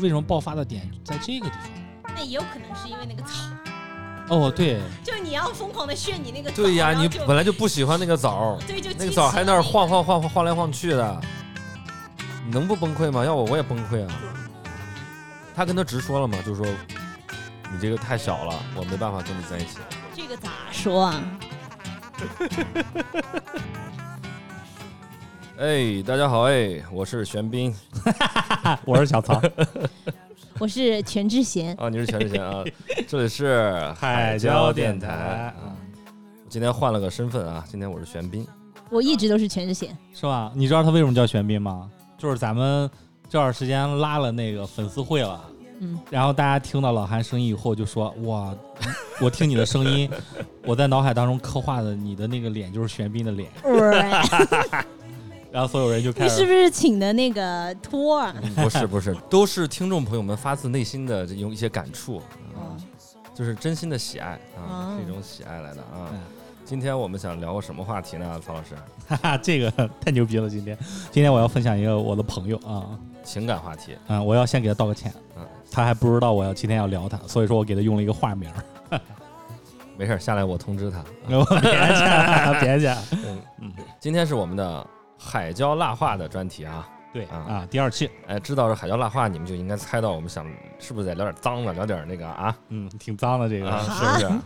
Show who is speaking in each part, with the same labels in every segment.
Speaker 1: 为什么爆发的点在这个地
Speaker 2: 那也有可能是因为那个草，
Speaker 1: 方？哦，对，
Speaker 2: 就你要疯狂的炫你那个草，
Speaker 3: 对呀，
Speaker 2: 然后
Speaker 3: 你
Speaker 2: 就
Speaker 3: 本来就不喜欢那个枣儿，
Speaker 2: 对就
Speaker 3: 那
Speaker 2: 激起
Speaker 3: 个枣儿还在那儿
Speaker 2: 了
Speaker 3: 晃晃晃晃晃来晃去的，你能不崩溃吗？要我我也崩溃啊！他跟他直说了嘛，就说你这个太小了，我没办法跟你在一起。
Speaker 2: 这个咋说啊？
Speaker 3: 哎，大家好，哎，我是玄彬
Speaker 4: 我是小曹，
Speaker 2: 我是全智贤，
Speaker 3: 啊，你是全智贤啊，这里是
Speaker 4: 海
Speaker 3: 椒
Speaker 4: 椒
Speaker 3: 电
Speaker 4: 电
Speaker 3: 台
Speaker 4: 台
Speaker 3: 啊。今天换了个身份啊，今天我是玄彬，
Speaker 2: 我一直都是全智 贤。
Speaker 4: 是吧？你知道他为什么叫玄彬吗？就是咱们这段时间拉了那个粉丝会了，
Speaker 2: 嗯，
Speaker 4: 然后大家听到老韩声音以后就说：“哇， 我听你的声音，我在脑海当中刻画的你的那个脸就是玄彬的脸。”然后所有人就开
Speaker 2: 你是
Speaker 4: 始
Speaker 2: 不是请的那个托儿？
Speaker 3: 嗯不是不是，都是听众朋友们发自内心的这有一些感触啊，就是真心的喜爱
Speaker 2: 哦，
Speaker 3: 啊是一种喜爱来的啊
Speaker 4: 嗯。
Speaker 3: 今天我们想聊个什么话题呢，曹老师？
Speaker 4: 哈哈，这个太牛逼了！今天，今天我要分享一个我的朋友啊，
Speaker 3: 情感话题。
Speaker 4: 嗯，我要先给他道个歉
Speaker 3: 嗯，
Speaker 4: 他还不知道我要今天要聊他，所以说我给他用了一个化名儿，
Speaker 3: 没事儿，下来我通知他。 啊
Speaker 4: 别介，别介，
Speaker 3: 嗯今天是我们的海椒辣话的专题啊，
Speaker 4: 对
Speaker 3: 啊
Speaker 4: 啊，第二期，
Speaker 3: 哎，知道是海椒辣话，你们就应该猜到我们想是不是得聊点脏的，聊点那个啊，
Speaker 4: 嗯，挺脏的这个，
Speaker 3: 啊是不是啊？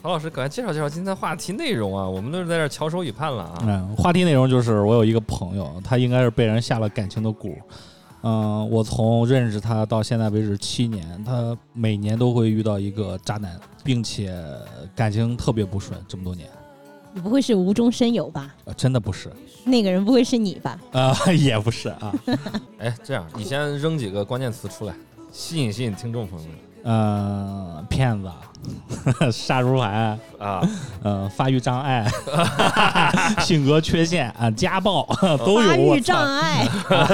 Speaker 3: 曹老师，赶快介绍介绍今天的话题内容啊！我们都是在这儿翘首以盼了啊！
Speaker 4: 嗯，话题内容就是我有一个朋友，他应该是被人下了感情的蛊。嗯，我从认识他到现在为止七年，他每年都会遇到一个渣男，并且感情特别不顺，这么多年，
Speaker 2: 你不会是无中生有吧？
Speaker 4: 呃、真的不是，
Speaker 2: 那个人不会是你吧？
Speaker 4: 啊， 也不是啊，
Speaker 3: 哎，这样，你先扔几个关键词出来，吸引吸引听众朋友们
Speaker 4: 呃，骗子， 杀猪盘，
Speaker 3: 啊！
Speaker 4: 呃，发育障碍， 性格缺陷啊，家暴 都有。
Speaker 2: 发
Speaker 4: 我
Speaker 2: 育
Speaker 4: 操
Speaker 2: 障碍，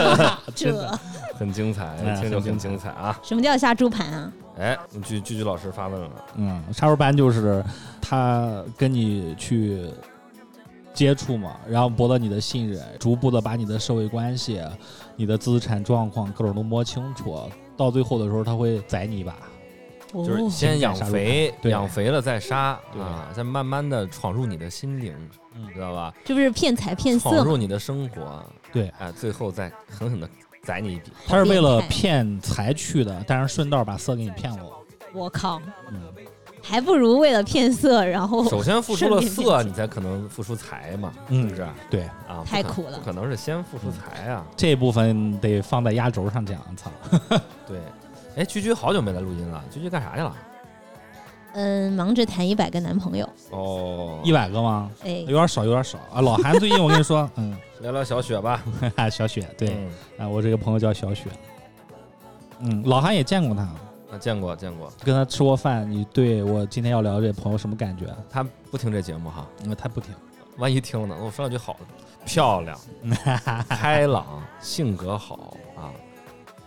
Speaker 4: 真
Speaker 2: 这
Speaker 4: 的
Speaker 3: 很精彩，
Speaker 4: 哎
Speaker 3: 听着很
Speaker 4: 很
Speaker 3: 精
Speaker 4: 精
Speaker 3: 彩啊！
Speaker 2: 什么叫下猪盘啊？
Speaker 3: 哎，句句句老师发问了，
Speaker 4: 嗯，杀猪班就是他跟你去接触嘛，然后博得你的信任，逐步的把你的社会关系、啊你的资产状况各种都摸清楚，到最后的时候他会宰你一把。
Speaker 3: 就是
Speaker 2: 哦，
Speaker 3: 先养
Speaker 4: 杀猪
Speaker 3: 肥，
Speaker 4: 对
Speaker 3: 养肥了再杀
Speaker 4: 对
Speaker 3: 啊，再慢慢的闯入你的心灵，
Speaker 4: 嗯
Speaker 3: 知道吧？
Speaker 2: 这不是骗财骗
Speaker 3: 闯
Speaker 2: 色吗？
Speaker 3: 入你的生活，
Speaker 4: 对
Speaker 3: 哎，最后再狠狠的宰你一笔。
Speaker 4: 他是为了骗财去的，但是顺道把色给你骗了。
Speaker 2: 我靠，
Speaker 4: 嗯，
Speaker 2: 还不如为了骗色，然后
Speaker 3: 首先付出
Speaker 2: 顺
Speaker 3: 了
Speaker 2: 便
Speaker 3: 色，
Speaker 2: 骗
Speaker 3: 你才可能付出财嘛，
Speaker 4: 嗯
Speaker 3: 是不是？
Speaker 4: 对，
Speaker 3: 啊，
Speaker 2: 太
Speaker 3: 不可
Speaker 2: 苦了
Speaker 3: 不可能是先付出财啊。
Speaker 4: 这部分得放在压轴上讲。操，
Speaker 3: 对，哎，居居好久没来录音了，居居干啥去了？
Speaker 2: 嗯，忙着谈一百个男朋友，
Speaker 3: 哦，
Speaker 4: 一百个吗？
Speaker 2: 哎
Speaker 4: 有，点少，有点少啊！老韩最近我跟你说，嗯，
Speaker 3: 聊聊小雪吧。
Speaker 4: 小雪，对，
Speaker 3: 嗯
Speaker 4: 啊，我这个朋友叫小雪，嗯，老韩也见过他，
Speaker 3: 啊，见过见过，
Speaker 4: 跟他吃过饭。你对我今天要聊这朋友什么感觉？
Speaker 3: 他不听这节目哈，
Speaker 4: 嗯，他不听，
Speaker 3: 万一呃听呢？我说两句好的，漂 亮、开朗，性格好啊，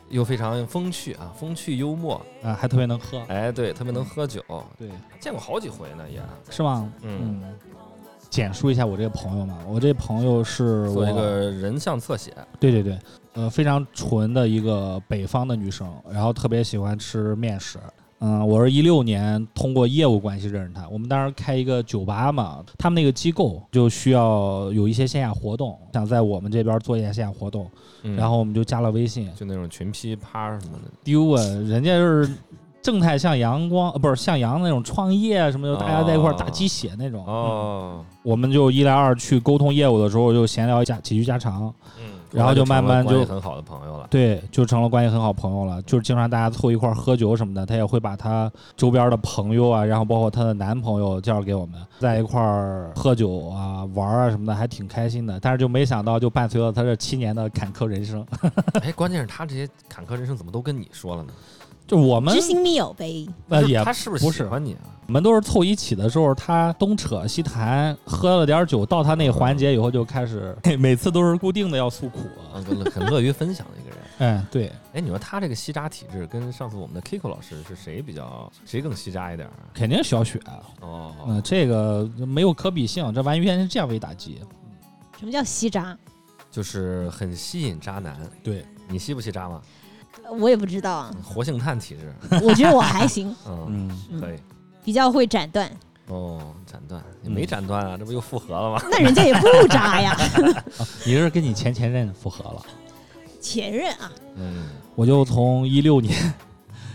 Speaker 3: 又非常风趣啊，风趣幽默。
Speaker 4: 啊，还特别能喝，
Speaker 3: 哎，对，特别能喝酒，
Speaker 4: 对，
Speaker 3: 见过好几回呢也。
Speaker 4: 是吗？
Speaker 3: 嗯，
Speaker 4: 简述一下我这个朋友嘛，我这朋友是
Speaker 3: 做
Speaker 4: 我，
Speaker 3: 一个人像侧写，
Speaker 4: 对对对，呃，非常纯的一个北方的女生，然后特别喜欢吃面食。嗯，我是一六年通过业务关系认识她。我们当时开一个酒吧嘛，他们那个机构就需要有一些线下活动，想在我们这边做一下线下活动，
Speaker 3: 嗯
Speaker 4: 然后我们就加了微信，
Speaker 3: 就那种群批趴什么的，
Speaker 4: 丢啊，人家就是正太向阳光，呃，不是向阳那种创业啊什么的，
Speaker 3: 哦
Speaker 4: 大家在一块儿打鸡血那种。
Speaker 3: 哦，
Speaker 4: 我们就一来二去沟通业务的时候，就闲聊一下几句家常，
Speaker 3: 嗯，
Speaker 4: 然后就慢慢
Speaker 3: 成为关系
Speaker 4: 就
Speaker 3: 很好的朋 友了。
Speaker 4: 对，就成了关系很好朋友了。就是经常大家凑一块儿喝酒什么的，她也会把她周边的朋友啊，然后包括她的男朋友介绍给我们，在一块儿喝酒啊、玩儿啊什么的，还挺开心的。但是就没想到，就伴随了她这七年的坎坷人生。
Speaker 3: 哎，关键是他这些坎坷人生怎么都跟你说了呢？
Speaker 4: 就我们
Speaker 2: 知心密友呗。
Speaker 4: 呃
Speaker 3: 就是
Speaker 4: 也
Speaker 3: 他是不
Speaker 4: 不
Speaker 3: 是喜
Speaker 4: 是
Speaker 3: 欢你啊？
Speaker 4: 我们都是凑一起的时候，他东扯西谈，喝了点酒，到他那环节以后就开始， 每次都是固定的要诉苦。
Speaker 3: 啊，很很乐于分享的一个人。
Speaker 4: 哎，对，
Speaker 3: 哎，你说他这个吸渣体质跟上次我们的 Kiko 老师是谁比较谁更吸渣一点儿啊？
Speaker 4: 肯定小雪，嗯、
Speaker 3: 哦，
Speaker 4: 这个没有可比性，这完全是这样为打击。
Speaker 2: 什么叫吸渣？
Speaker 3: 就是很吸引渣男。
Speaker 4: 对，
Speaker 3: 你吸不吸渣吗？
Speaker 2: 我也不知道啊，
Speaker 3: 活性炭体质，
Speaker 2: 我觉得我还行，
Speaker 3: 嗯，
Speaker 4: 嗯，
Speaker 2: 嗯
Speaker 3: 可以。
Speaker 2: 比较会斩断，
Speaker 3: 哦，斩断也
Speaker 4: 嗯
Speaker 3: 没斩断啊，这不又复合了吗？
Speaker 2: 那人家也不渣呀，
Speaker 4: 你是跟你前前任复合了？
Speaker 2: 前任啊，
Speaker 3: 嗯，
Speaker 4: 我就从一六年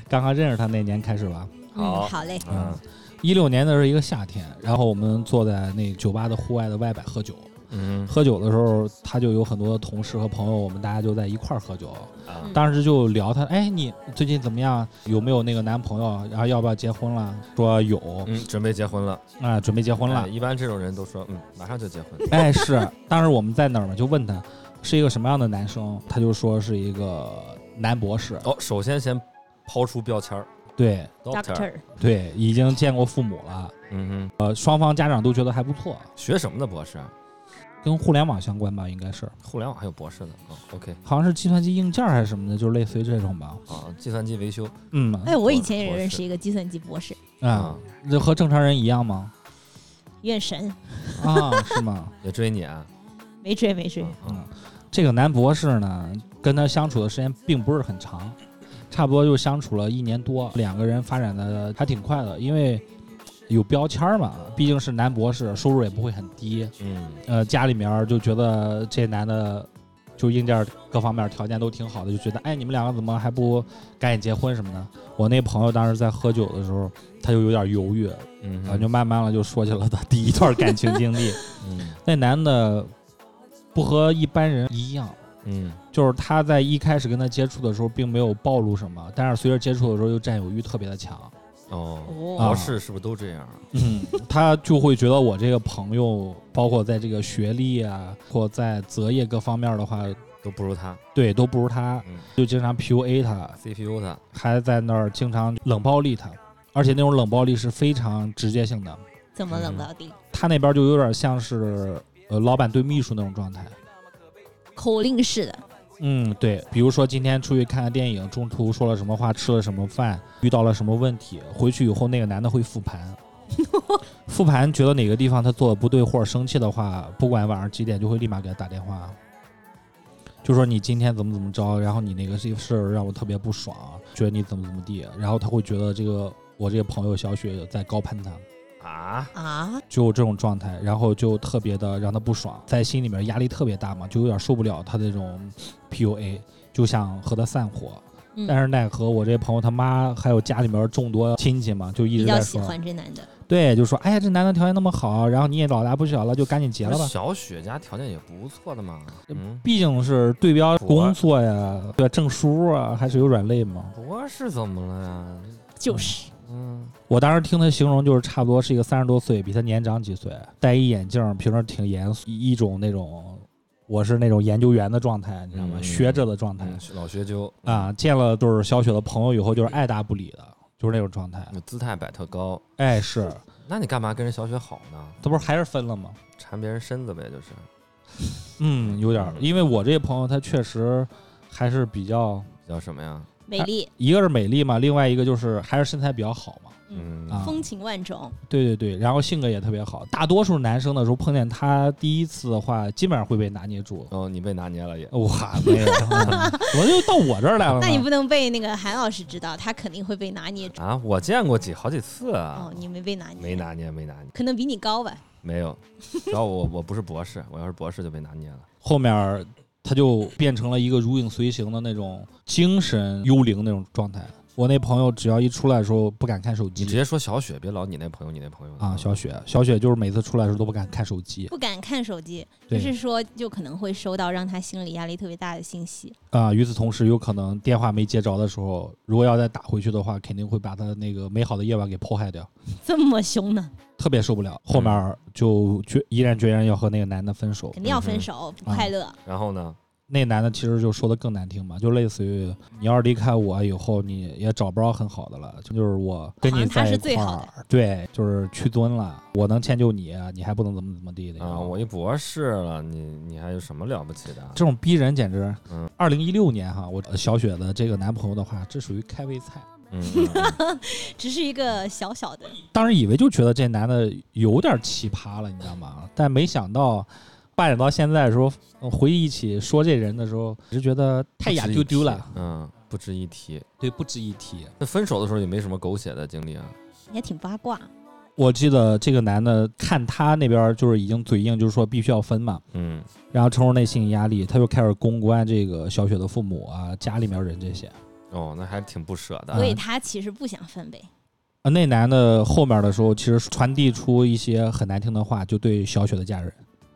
Speaker 4: 刚刚认识他那年开始吧。
Speaker 3: 好
Speaker 2: 嗯，好嘞，
Speaker 3: 啊，
Speaker 4: 一六年的是一个夏天，然后我们坐在那酒吧的户外的外摆喝酒。
Speaker 3: 嗯
Speaker 4: 喝酒的时候，他就有很多的同事和朋友，我们大家就在一块儿喝酒。
Speaker 3: 啊，
Speaker 4: 当时就聊他，哎，你最近怎么样？有没有那个男朋友？然后要不要结婚了？说有
Speaker 3: 嗯，准备结婚了，
Speaker 4: 啊，准备结婚了
Speaker 3: 哎。一般这种人都说，嗯，马上就结婚。
Speaker 4: 哎，是，当时我们在哪儿嘛，就问他是一个什么样的男生，他就说是一个男博士，
Speaker 3: 哦，首先先抛出标签儿
Speaker 4: 对
Speaker 3: doctor，
Speaker 2: Doctor，
Speaker 4: 对，已经见过父母了，
Speaker 3: 嗯哼，
Speaker 4: 呃，双方家长都觉得还不错，
Speaker 3: 学什么的博士啊？
Speaker 4: 跟互联网相关吧，应该是，
Speaker 3: 互联网还有博士呢。哦，OK，
Speaker 4: 好像是计算机硬件还是什么的，就是类似于这种吧，
Speaker 3: 啊，计算机维修
Speaker 4: 嗯
Speaker 2: 哎，我以
Speaker 3: 博
Speaker 2: 前也
Speaker 3: 博
Speaker 2: 认
Speaker 3: 士
Speaker 2: 识一个计算机博士，
Speaker 4: 啊，，这和正常人一样吗？
Speaker 2: 愿神，
Speaker 4: 啊，是吗？
Speaker 3: 也追你啊？
Speaker 2: 没追没追
Speaker 3: 嗯，嗯
Speaker 4: 嗯，这个男博士呢，跟他相处的时间并不是很长，差不多就相处了一年多，两个人发展的还挺快的，因为有标签儿嘛，毕竟是男博士，收入也不会很低，
Speaker 3: 嗯
Speaker 4: 呃，家里面儿就觉得这男的就硬件儿各方面儿条件都挺好的，就觉得哎，你们两个怎么还不赶紧结婚什么的？我那朋友当时在喝酒的时候，他就有点犹豫，
Speaker 3: 嗯
Speaker 4: 然啊后就慢慢了就说起了他第一段感情经历。
Speaker 3: 嗯
Speaker 4: 那男的不和一般人一样，
Speaker 3: 嗯
Speaker 4: 就是他在一开始跟他接触的时候并没有暴露什么，但是随着接触的时候又占有欲特别的强，
Speaker 3: 哦，
Speaker 2: 哦
Speaker 3: 博，士是不是都这样啊？
Speaker 4: 嗯，他就会觉得我这个朋友，包括在这个学历啊，或在择业各方面的话，
Speaker 3: 都不如他，
Speaker 4: 对都不如他，
Speaker 3: 嗯
Speaker 4: 就经常 PUA 他，
Speaker 3: ，CPU 他，
Speaker 4: 还在那儿经常冷暴力他，而且那种冷暴力是非常直接性的，
Speaker 2: 怎么冷到底？
Speaker 4: 他那边就有点像是呃老板对秘书那种状态。
Speaker 2: 口令式的，
Speaker 4: 嗯，对，比如说今天出去看个电影，中途说了什么话，吃了什么饭，遇到了什么问题，回去以后那个男的会复盘，复盘觉得哪个地方他做的不对或者生气的话，不管晚上几点就会立马给他打电话，就说你今天怎么怎么着，然后你那个这事儿让我特别不爽，觉得你怎么怎么地，然后他会觉得这个我这个朋友小雪在高攀他。
Speaker 3: 啊，
Speaker 2: 啊，
Speaker 4: 就这种状态，然后就特别的让他不爽，在心里面压力特别大嘛，就有点受不了他这种 PUA，就想和他散伙。
Speaker 2: 嗯
Speaker 4: 但是奈何我这朋友他妈还有家里面众多亲戚嘛，就一
Speaker 2: 比
Speaker 4: 直
Speaker 2: 较
Speaker 4: 在
Speaker 2: 喜
Speaker 4: 说，
Speaker 2: 欢这男的，
Speaker 4: 对，就说哎呀这男的条件那么好，然后你也老大不小了，就赶紧结了吧。
Speaker 3: 小雪家条件也不错的嘛，嗯，
Speaker 4: 毕竟是对标工作呀，对证书啊，还是有软肋嘛。
Speaker 3: 博士怎么了呀？
Speaker 2: 就是
Speaker 3: 嗯，
Speaker 4: 我当时听他形容，就是差不多是一个三十多岁，比他年长几岁，戴一眼镜，平时挺严肃，一一种那种我是那种研究员的状态，你知道吗？
Speaker 3: 嗯
Speaker 4: 学者的状态、
Speaker 3: 嗯老学究，
Speaker 4: 哎啊。见了就是小雪的朋友以后，就是爱答不理的，就是那种状态。
Speaker 3: 你姿态摆特高，
Speaker 4: 哎，是，
Speaker 3: 那你干嘛跟人小雪好呢？
Speaker 4: 他不是还是分了吗？
Speaker 3: 缠别人身子呗，就是。
Speaker 4: 嗯，有点儿，因为我这朋友他确实还是比较，
Speaker 3: 叫什么呀？
Speaker 2: 美丽，
Speaker 4: 一个是美丽嘛，另外一个就是还是身材比较好嘛。
Speaker 3: 嗯
Speaker 4: 啊
Speaker 2: 风情万种，
Speaker 4: 对对对，然后性格也特别好。大多数男生的时候碰见他第一次的话，基本上会被拿捏住。
Speaker 3: 哦，你被拿捏了也。
Speaker 4: 我没有，怎么就到啊我这儿来了
Speaker 2: 那你
Speaker 4: 呢？
Speaker 2: 不能被那个韩老师知道，他肯定会被拿捏住。
Speaker 3: 啊，我见过几好几次啊
Speaker 2: 哦，，你没被拿捏，
Speaker 3: 没，拿捏，没拿捏，
Speaker 2: 可能比你高吧。
Speaker 3: 没有。 主要我我不是博士，我要是博士就被拿捏了。
Speaker 4: 后面儿他就变成了一个如影随形的那种精神幽灵那种状态。我那朋友只要一出来的时候不敢看手
Speaker 3: 你直
Speaker 4: 机
Speaker 3: 接说小雪，别老你那朋友，你那朋友
Speaker 4: 啊，小雪，小雪就是每次出来的时候都不敢看手机，
Speaker 2: 不敢看手机，就
Speaker 4: 对
Speaker 2: 是说就可能会收到让他心理压力特别大的信息。
Speaker 4: 啊。与此同时，有可能电话没接着的时候，如果要再打回去的话，肯定会把他那个美好的夜晚给破坏掉，
Speaker 2: 这么凶呢？
Speaker 4: 特别受不了。后面儿就决毅然决然要和那个男的分手
Speaker 2: 肯。定要分手，不
Speaker 4: 啊
Speaker 2: 快乐。
Speaker 3: 然后呢？
Speaker 4: 那男的其实就说的更难听嘛，就类似于你要是离开我以后，你也找不着很好的了，就是我跟你在
Speaker 2: 好像他是
Speaker 4: 一
Speaker 2: 最
Speaker 4: 块
Speaker 2: 好
Speaker 4: 儿，对，就是屈尊了，我能迁就你，啊你还不能怎么怎么地的
Speaker 3: 啊，我一博士了，你你还有什么了不起的？
Speaker 4: 这种逼人简直
Speaker 3: 嗯。
Speaker 4: 二零一六年哈，我小雪的这个男朋友的话，这属于开胃菜。
Speaker 3: 嗯，嗯嗯
Speaker 2: 只是一个小小的，
Speaker 4: 当时以为就觉得这男的有点奇葩了，你知道吗？但没想到。发展到现在的时候，呃回忆起说这人的时候，只是觉得太雅丢丢了，
Speaker 3: 嗯，不值一提。
Speaker 4: 对，不值一提。
Speaker 3: 那分手的时候也没什么狗血的经历啊。
Speaker 2: 也挺八卦。
Speaker 4: 我记得这个男的看他那边就是已经嘴硬，就是说必须要分嘛，
Speaker 3: 嗯，
Speaker 4: 然后承受内心压力，他就开始公关这个小雪的父母啊、家里面人这些。
Speaker 3: 哦，那还挺不舍
Speaker 4: 嗯
Speaker 3: 的。
Speaker 2: 所以他其实不想分呗。
Speaker 4: 啊，那男的后面的时候，其实传递出一些很难听的话，就对小雪的家人，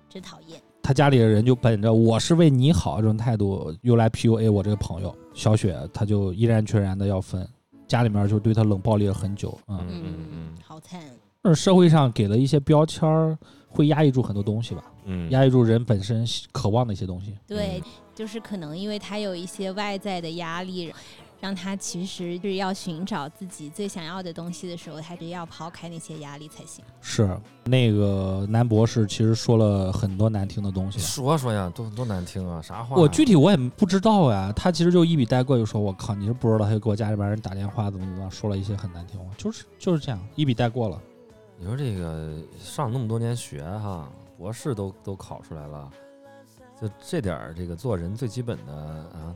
Speaker 2: 真讨厌。
Speaker 4: 他家里的人就本着我是为你好这种态度，又来 PUA 我这个朋友小雪，他就毅然决然的要分，家里面就对他冷暴力了很久。嗯，
Speaker 3: 嗯嗯嗯
Speaker 2: 好惨。
Speaker 4: 而社会上给了一些标签儿，会压抑住很多东西吧，
Speaker 3: 嗯，
Speaker 4: 压抑住人本身渴望的一些东西。
Speaker 2: 对，
Speaker 4: 嗯
Speaker 2: 就是可能因为他有一些外在的压力，让他其实是要寻找自己最想要的东西的时候，他就要抛开那些压力才行。
Speaker 4: 是那个男博士其实说了很多难听的东西。
Speaker 3: 嗯说说呀，多多难听啊，啥话、
Speaker 4: 我具体我也不知道呀，他其实就一笔带过，就说我靠，你是不知道，他就给我家里边人打电话，怎么怎么样，说了一些很难听话，就是就是这样，一笔带过了。
Speaker 3: 你说这个上那么多年学哈，博士都都考出来了，就这点儿这个做人最基本的啊，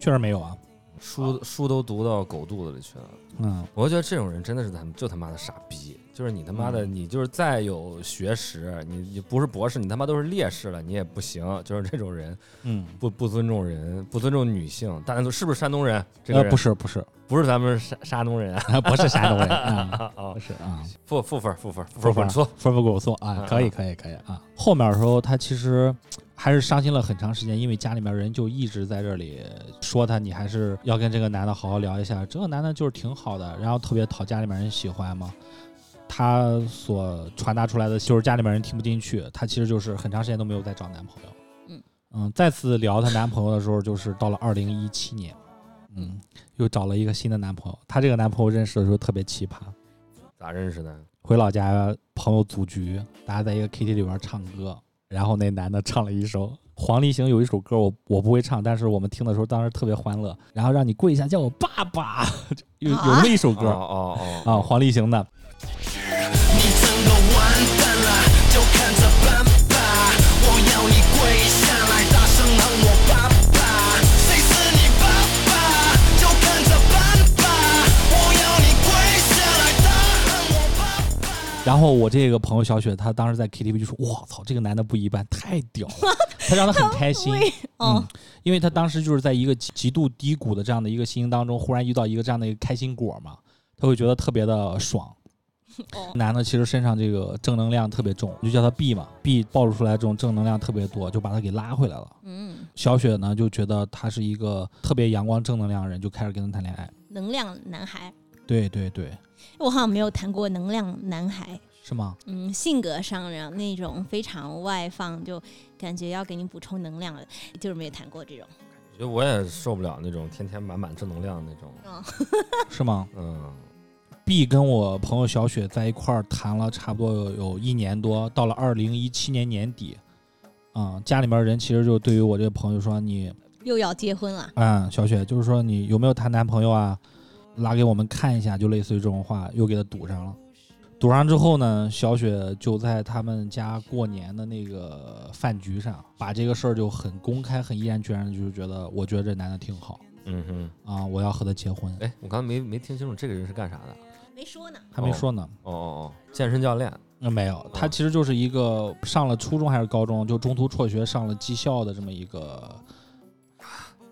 Speaker 4: 确实没有啊，
Speaker 3: 书书都读到狗肚子里去了。
Speaker 4: 嗯，
Speaker 3: 我觉得这种人真的是他们就他妈的傻逼，就是你他妈的，
Speaker 4: 嗯
Speaker 3: 你就是再有学识，你你不是博士，你他妈都是烈士了，你也不行。就是这种人
Speaker 4: 嗯，
Speaker 3: 不不尊重人，不尊重女性。大家都是不是山东人？啊这个
Speaker 4: 呃，
Speaker 3: 人、
Speaker 4: 不是不是
Speaker 3: 不是咱们山山东人啊
Speaker 4: 不是山东人 啊，
Speaker 3: 啊啊
Speaker 4: 不！是啊，
Speaker 3: 负负分负分负
Speaker 4: 不是
Speaker 3: 分滚错。
Speaker 4: 分不给我送啊
Speaker 3: 嗯，
Speaker 4: 可以
Speaker 3: 嗯
Speaker 4: 可以可以啊。后面的时候他其实还是伤心了很长时间，因为家里面人就一直在这里说他，你还是要跟这个男的好好聊一下，这个男的就是挺好的，然后特别讨家里面人喜欢嘛。他所传达出来的就是家里面人听不进去，他其实就是很长时间都没有再找男朋友。
Speaker 2: 嗯
Speaker 4: 嗯，再次聊她男朋友的时候，就是到了二零一七年，嗯，又找了一个新的男朋友。她这个男朋友认识的时候特别奇葩，
Speaker 3: 咋认识的？
Speaker 4: 回老家朋友组局，大家在一个 KTV 里边唱歌，然后那男的唱了一首黄立行有一首歌我我不会唱，但是我们听的时候当时特别欢乐，然后让你跪下叫我爸爸，就有有那么一首
Speaker 3: 哦
Speaker 4: 歌啊
Speaker 3: 哦哦 哦！
Speaker 4: 黄立行的。
Speaker 5: 你真的完蛋了，就看着办吧。我要你跪下来，大声喊我爸爸。谁是你爸爸？就看着办吧。我要你跪下来，大喊我爸爸。
Speaker 4: 然后我这个朋友小雪，她当时在 KTV 就说：“我操，这个男的不一般，太 屌了！”她让她很开心，
Speaker 2: 哦
Speaker 4: 嗯，因为她当时就是在一个极极度低谷的这样的一个心情当中，忽然遇到一个这样的一个开心果嘛，她会觉得特别的爽。
Speaker 2: 哦，
Speaker 4: 男的其实身上这个正能量特别重，就叫他 B 嘛，B 暴露出来这种正能量特别多，就把他给拉回来了。
Speaker 2: 嗯，
Speaker 4: 小雪呢就觉得他是一个特别阳光正能量的人，就开始跟他谈恋爱。
Speaker 2: 能量男孩，
Speaker 4: 对对对，
Speaker 2: 我好像没有谈过能量男孩。
Speaker 4: 是吗？
Speaker 2: 嗯，性格上然后那种非常外放，就感觉要给你补充能量了，就是没有谈过这种。
Speaker 3: 我觉得我也受不了那种天天满满正能量那种。
Speaker 2: 嗯
Speaker 4: 是吗
Speaker 3: 嗯，
Speaker 4: ？B 跟我朋友小雪在一块儿谈了差不多有一年多，到了二零一七年年底，啊、家里面人其实就对于我这个朋友说你
Speaker 2: 又要结婚了，
Speaker 4: 嗯，小雪就是说你有没有谈男朋友啊？拉给我们看一下，就类似于这种话，又给他堵上了。堵上之后呢，小雪就在他们家过年的那个饭局上，把这个事儿就很公开、很毅然决然的，就是觉得我觉得这男的挺好
Speaker 3: 嗯哼，
Speaker 4: 啊、我要和他结婚。
Speaker 3: 哎，我刚才没没听清楚这个人是干啥的。
Speaker 2: 没说呢。
Speaker 4: 还没说呢，
Speaker 3: 哦哦哦，健身教练。
Speaker 4: 那、没
Speaker 3: 嗯
Speaker 4: 有，他其实就是一个上了初中还是高中，就中途辍学上了技校的这么一个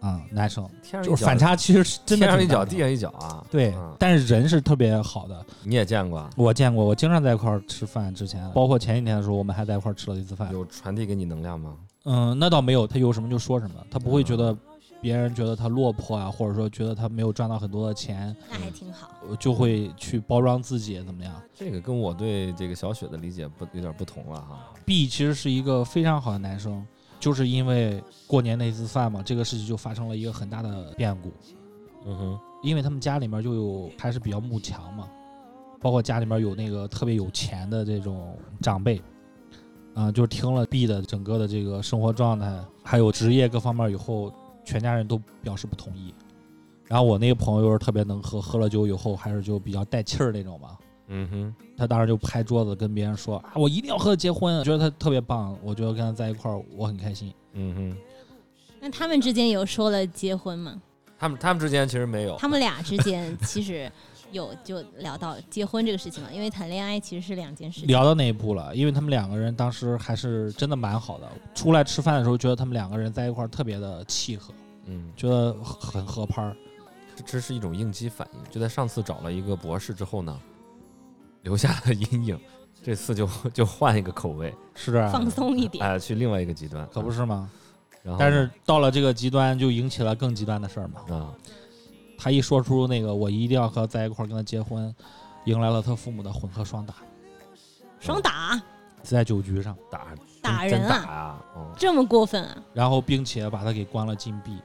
Speaker 4: 啊、男生，
Speaker 3: 天上一
Speaker 4: 就
Speaker 3: 脚
Speaker 4: 是反差其实是真的
Speaker 3: 天上
Speaker 4: 挺
Speaker 3: 一
Speaker 4: 大
Speaker 3: 脚，
Speaker 4: 的
Speaker 3: 地上一脚啊！
Speaker 4: 对，
Speaker 3: 嗯
Speaker 4: 但是人是特别好的，
Speaker 3: 你也见过，啊
Speaker 4: 我见过，我经常在一块儿吃饭。之前，包括前几天的时候，我们还在一块儿吃了一次饭。
Speaker 3: 有传递给你能量吗？
Speaker 4: 嗯，那倒没有，他有什么就说什么，他不会
Speaker 3: 嗯
Speaker 4: 觉得别人觉得他落魄啊，或者说觉得他没有赚到很多的钱，
Speaker 2: 那还挺好。
Speaker 4: 呃就会去包装自己怎么样。
Speaker 3: 这个跟我对这个小雪的理解不有点不同了哈。
Speaker 4: B 其实是一个非常好的男生，就是因为过年那次饭嘛，这个事情就发生了一个很大的变故。
Speaker 3: 嗯哼，
Speaker 4: 因为他们家里面就有还是比较慕强嘛，包括家里面有那个特别有钱的这种长辈，啊、就是听了 B 的整个的这个生活状态，还有职业各方面以后，全家人都表示不同意。然后我那个朋友又是特别能喝，喝了酒以后还是就比较带气儿那种嘛，
Speaker 3: 嗯哼，
Speaker 4: 他当时就拍桌子跟别人说啊，我一定要和他结婚，觉得他特别棒，我觉得跟他在一块儿我很开心。
Speaker 3: 嗯哼。
Speaker 2: 那他们之间有说了结婚吗？
Speaker 3: 他们他们之间其实没有，
Speaker 2: 他们俩之间其实有就聊到结婚这个事情了，因为谈恋爱其实是两件事情。
Speaker 4: 聊到那一步了，因为他们两个人当时还是真的蛮好的。出来吃饭的时候，觉得他们两个人在一块儿特别的契合，
Speaker 3: 嗯，
Speaker 4: 觉得很合拍儿。
Speaker 3: 这这是一种应激反应。就在上次找了一个博士之后呢，留下了阴影， 这次就就换一个口味，
Speaker 4: 是这样的
Speaker 2: 放松一点，
Speaker 3: 哎，去另外一个极端，
Speaker 4: 可不是吗？
Speaker 3: 然后
Speaker 4: 但是到了这个极端，就引起了更极端的事儿嘛。
Speaker 3: 啊，
Speaker 4: 他一说出那个我一定要和在一块儿跟他结婚，迎来了他父母的混合双打，
Speaker 2: 双打啊
Speaker 4: 在酒局上，
Speaker 3: 打
Speaker 2: 打
Speaker 3: 真
Speaker 2: 人
Speaker 3: 真打
Speaker 2: 啊，
Speaker 3: 啊，嗯，
Speaker 2: 这么过分啊！
Speaker 4: 然后并且把他给关了禁闭。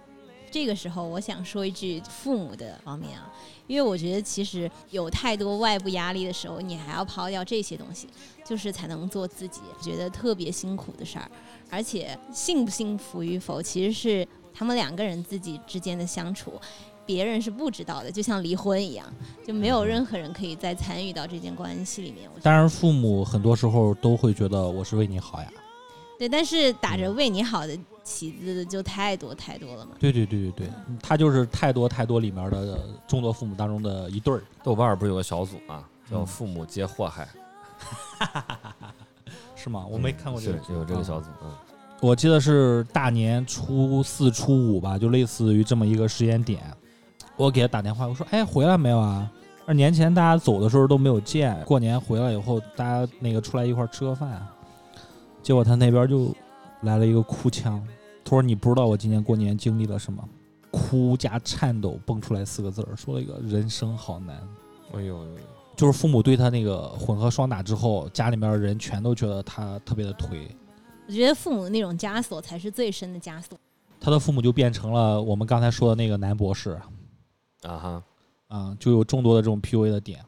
Speaker 2: 这个时候，我想说一句父母的方面啊，因为我觉得其实有太多外部压力的时候，你还要抛掉这些东西，就是才能做自己，觉得特别辛苦的事儿。而且幸不幸福与否，其实是他们两个人自己之间的相处，别人是不知道的，就像离婚一样，就没有任何人可以再参与到这件关系里面。我觉得
Speaker 4: 当然，父母很多时候都会觉得我是为你好呀。
Speaker 2: 对，但是打着为你好的旗子的就太多太多了嘛。
Speaker 4: 对对对对对，他就是太多太多里面的呃众多父母当中的一对儿，
Speaker 3: 豆瓣儿不是有个小组嘛，叫
Speaker 4: 嗯
Speaker 3: 父母皆祸害，嗯
Speaker 4: 是吗？我没看过这个
Speaker 3: 是，有这个
Speaker 4: 啊
Speaker 3: 小组，嗯，
Speaker 4: 我记得是大年初四、初五吧，就类似于这么一个时间点。我给他打电话，我说：“哎，回来没有啊？”二年前大家走的时候都没有见，过年回来以后，大家那个出来一块儿吃个饭，结果他那边就来了一个哭腔，他说：“你不知道我今年过年经历了什么。”哭加颤抖蹦出来四个字儿，说了一个“人生好难”。
Speaker 3: 哎呦，哎呦
Speaker 4: 就是父母对他那个混合双打之后，家里面的人全都觉得他特别的颓，
Speaker 2: 我觉得父母那种枷锁才是最深的枷锁。
Speaker 4: 他的父母就变成了我们刚才说的那个男博士
Speaker 3: 啊哈，
Speaker 4: 啊，就有众多的这种 PUA 的点。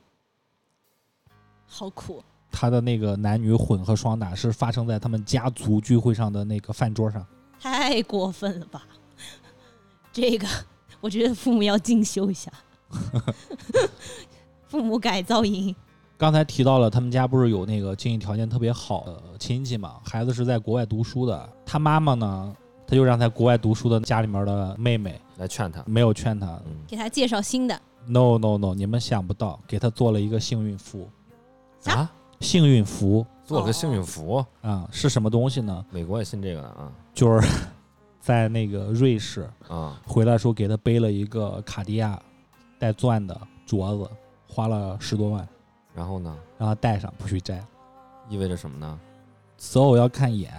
Speaker 2: 好苦，啊
Speaker 4: 他的那个男女混合双打是发生在他们家族聚会上的那个饭桌上，
Speaker 2: 太过分了吧？ 这个我觉得父母要进修一下， 父母改造营。
Speaker 4: 刚才提到了，他们家不是有那个经济条件特别好的亲戚嘛？孩子是在国外读书的，他妈妈呢，他就让在国外读书的家里面的妹妹
Speaker 3: 来劝他，
Speaker 4: 没有劝他
Speaker 3: 嗯，
Speaker 2: 给他介绍新的，
Speaker 4: ，no no no，你们想不到，给他做了一个幸运符，
Speaker 2: 啥
Speaker 3: 啊，哦
Speaker 4: 幸运符
Speaker 3: 做了个幸运符，
Speaker 4: 啊、是什么东西呢？
Speaker 3: 美国也信这个的啊
Speaker 4: 就是 在那个瑞士，
Speaker 3: 啊，
Speaker 4: 回来的时候给他背了一个卡地亚带钻的镯子，花了十多万，
Speaker 3: 然后呢，
Speaker 4: 让他戴上不许摘。
Speaker 3: 意味着什么呢？
Speaker 4: 择偶要看眼，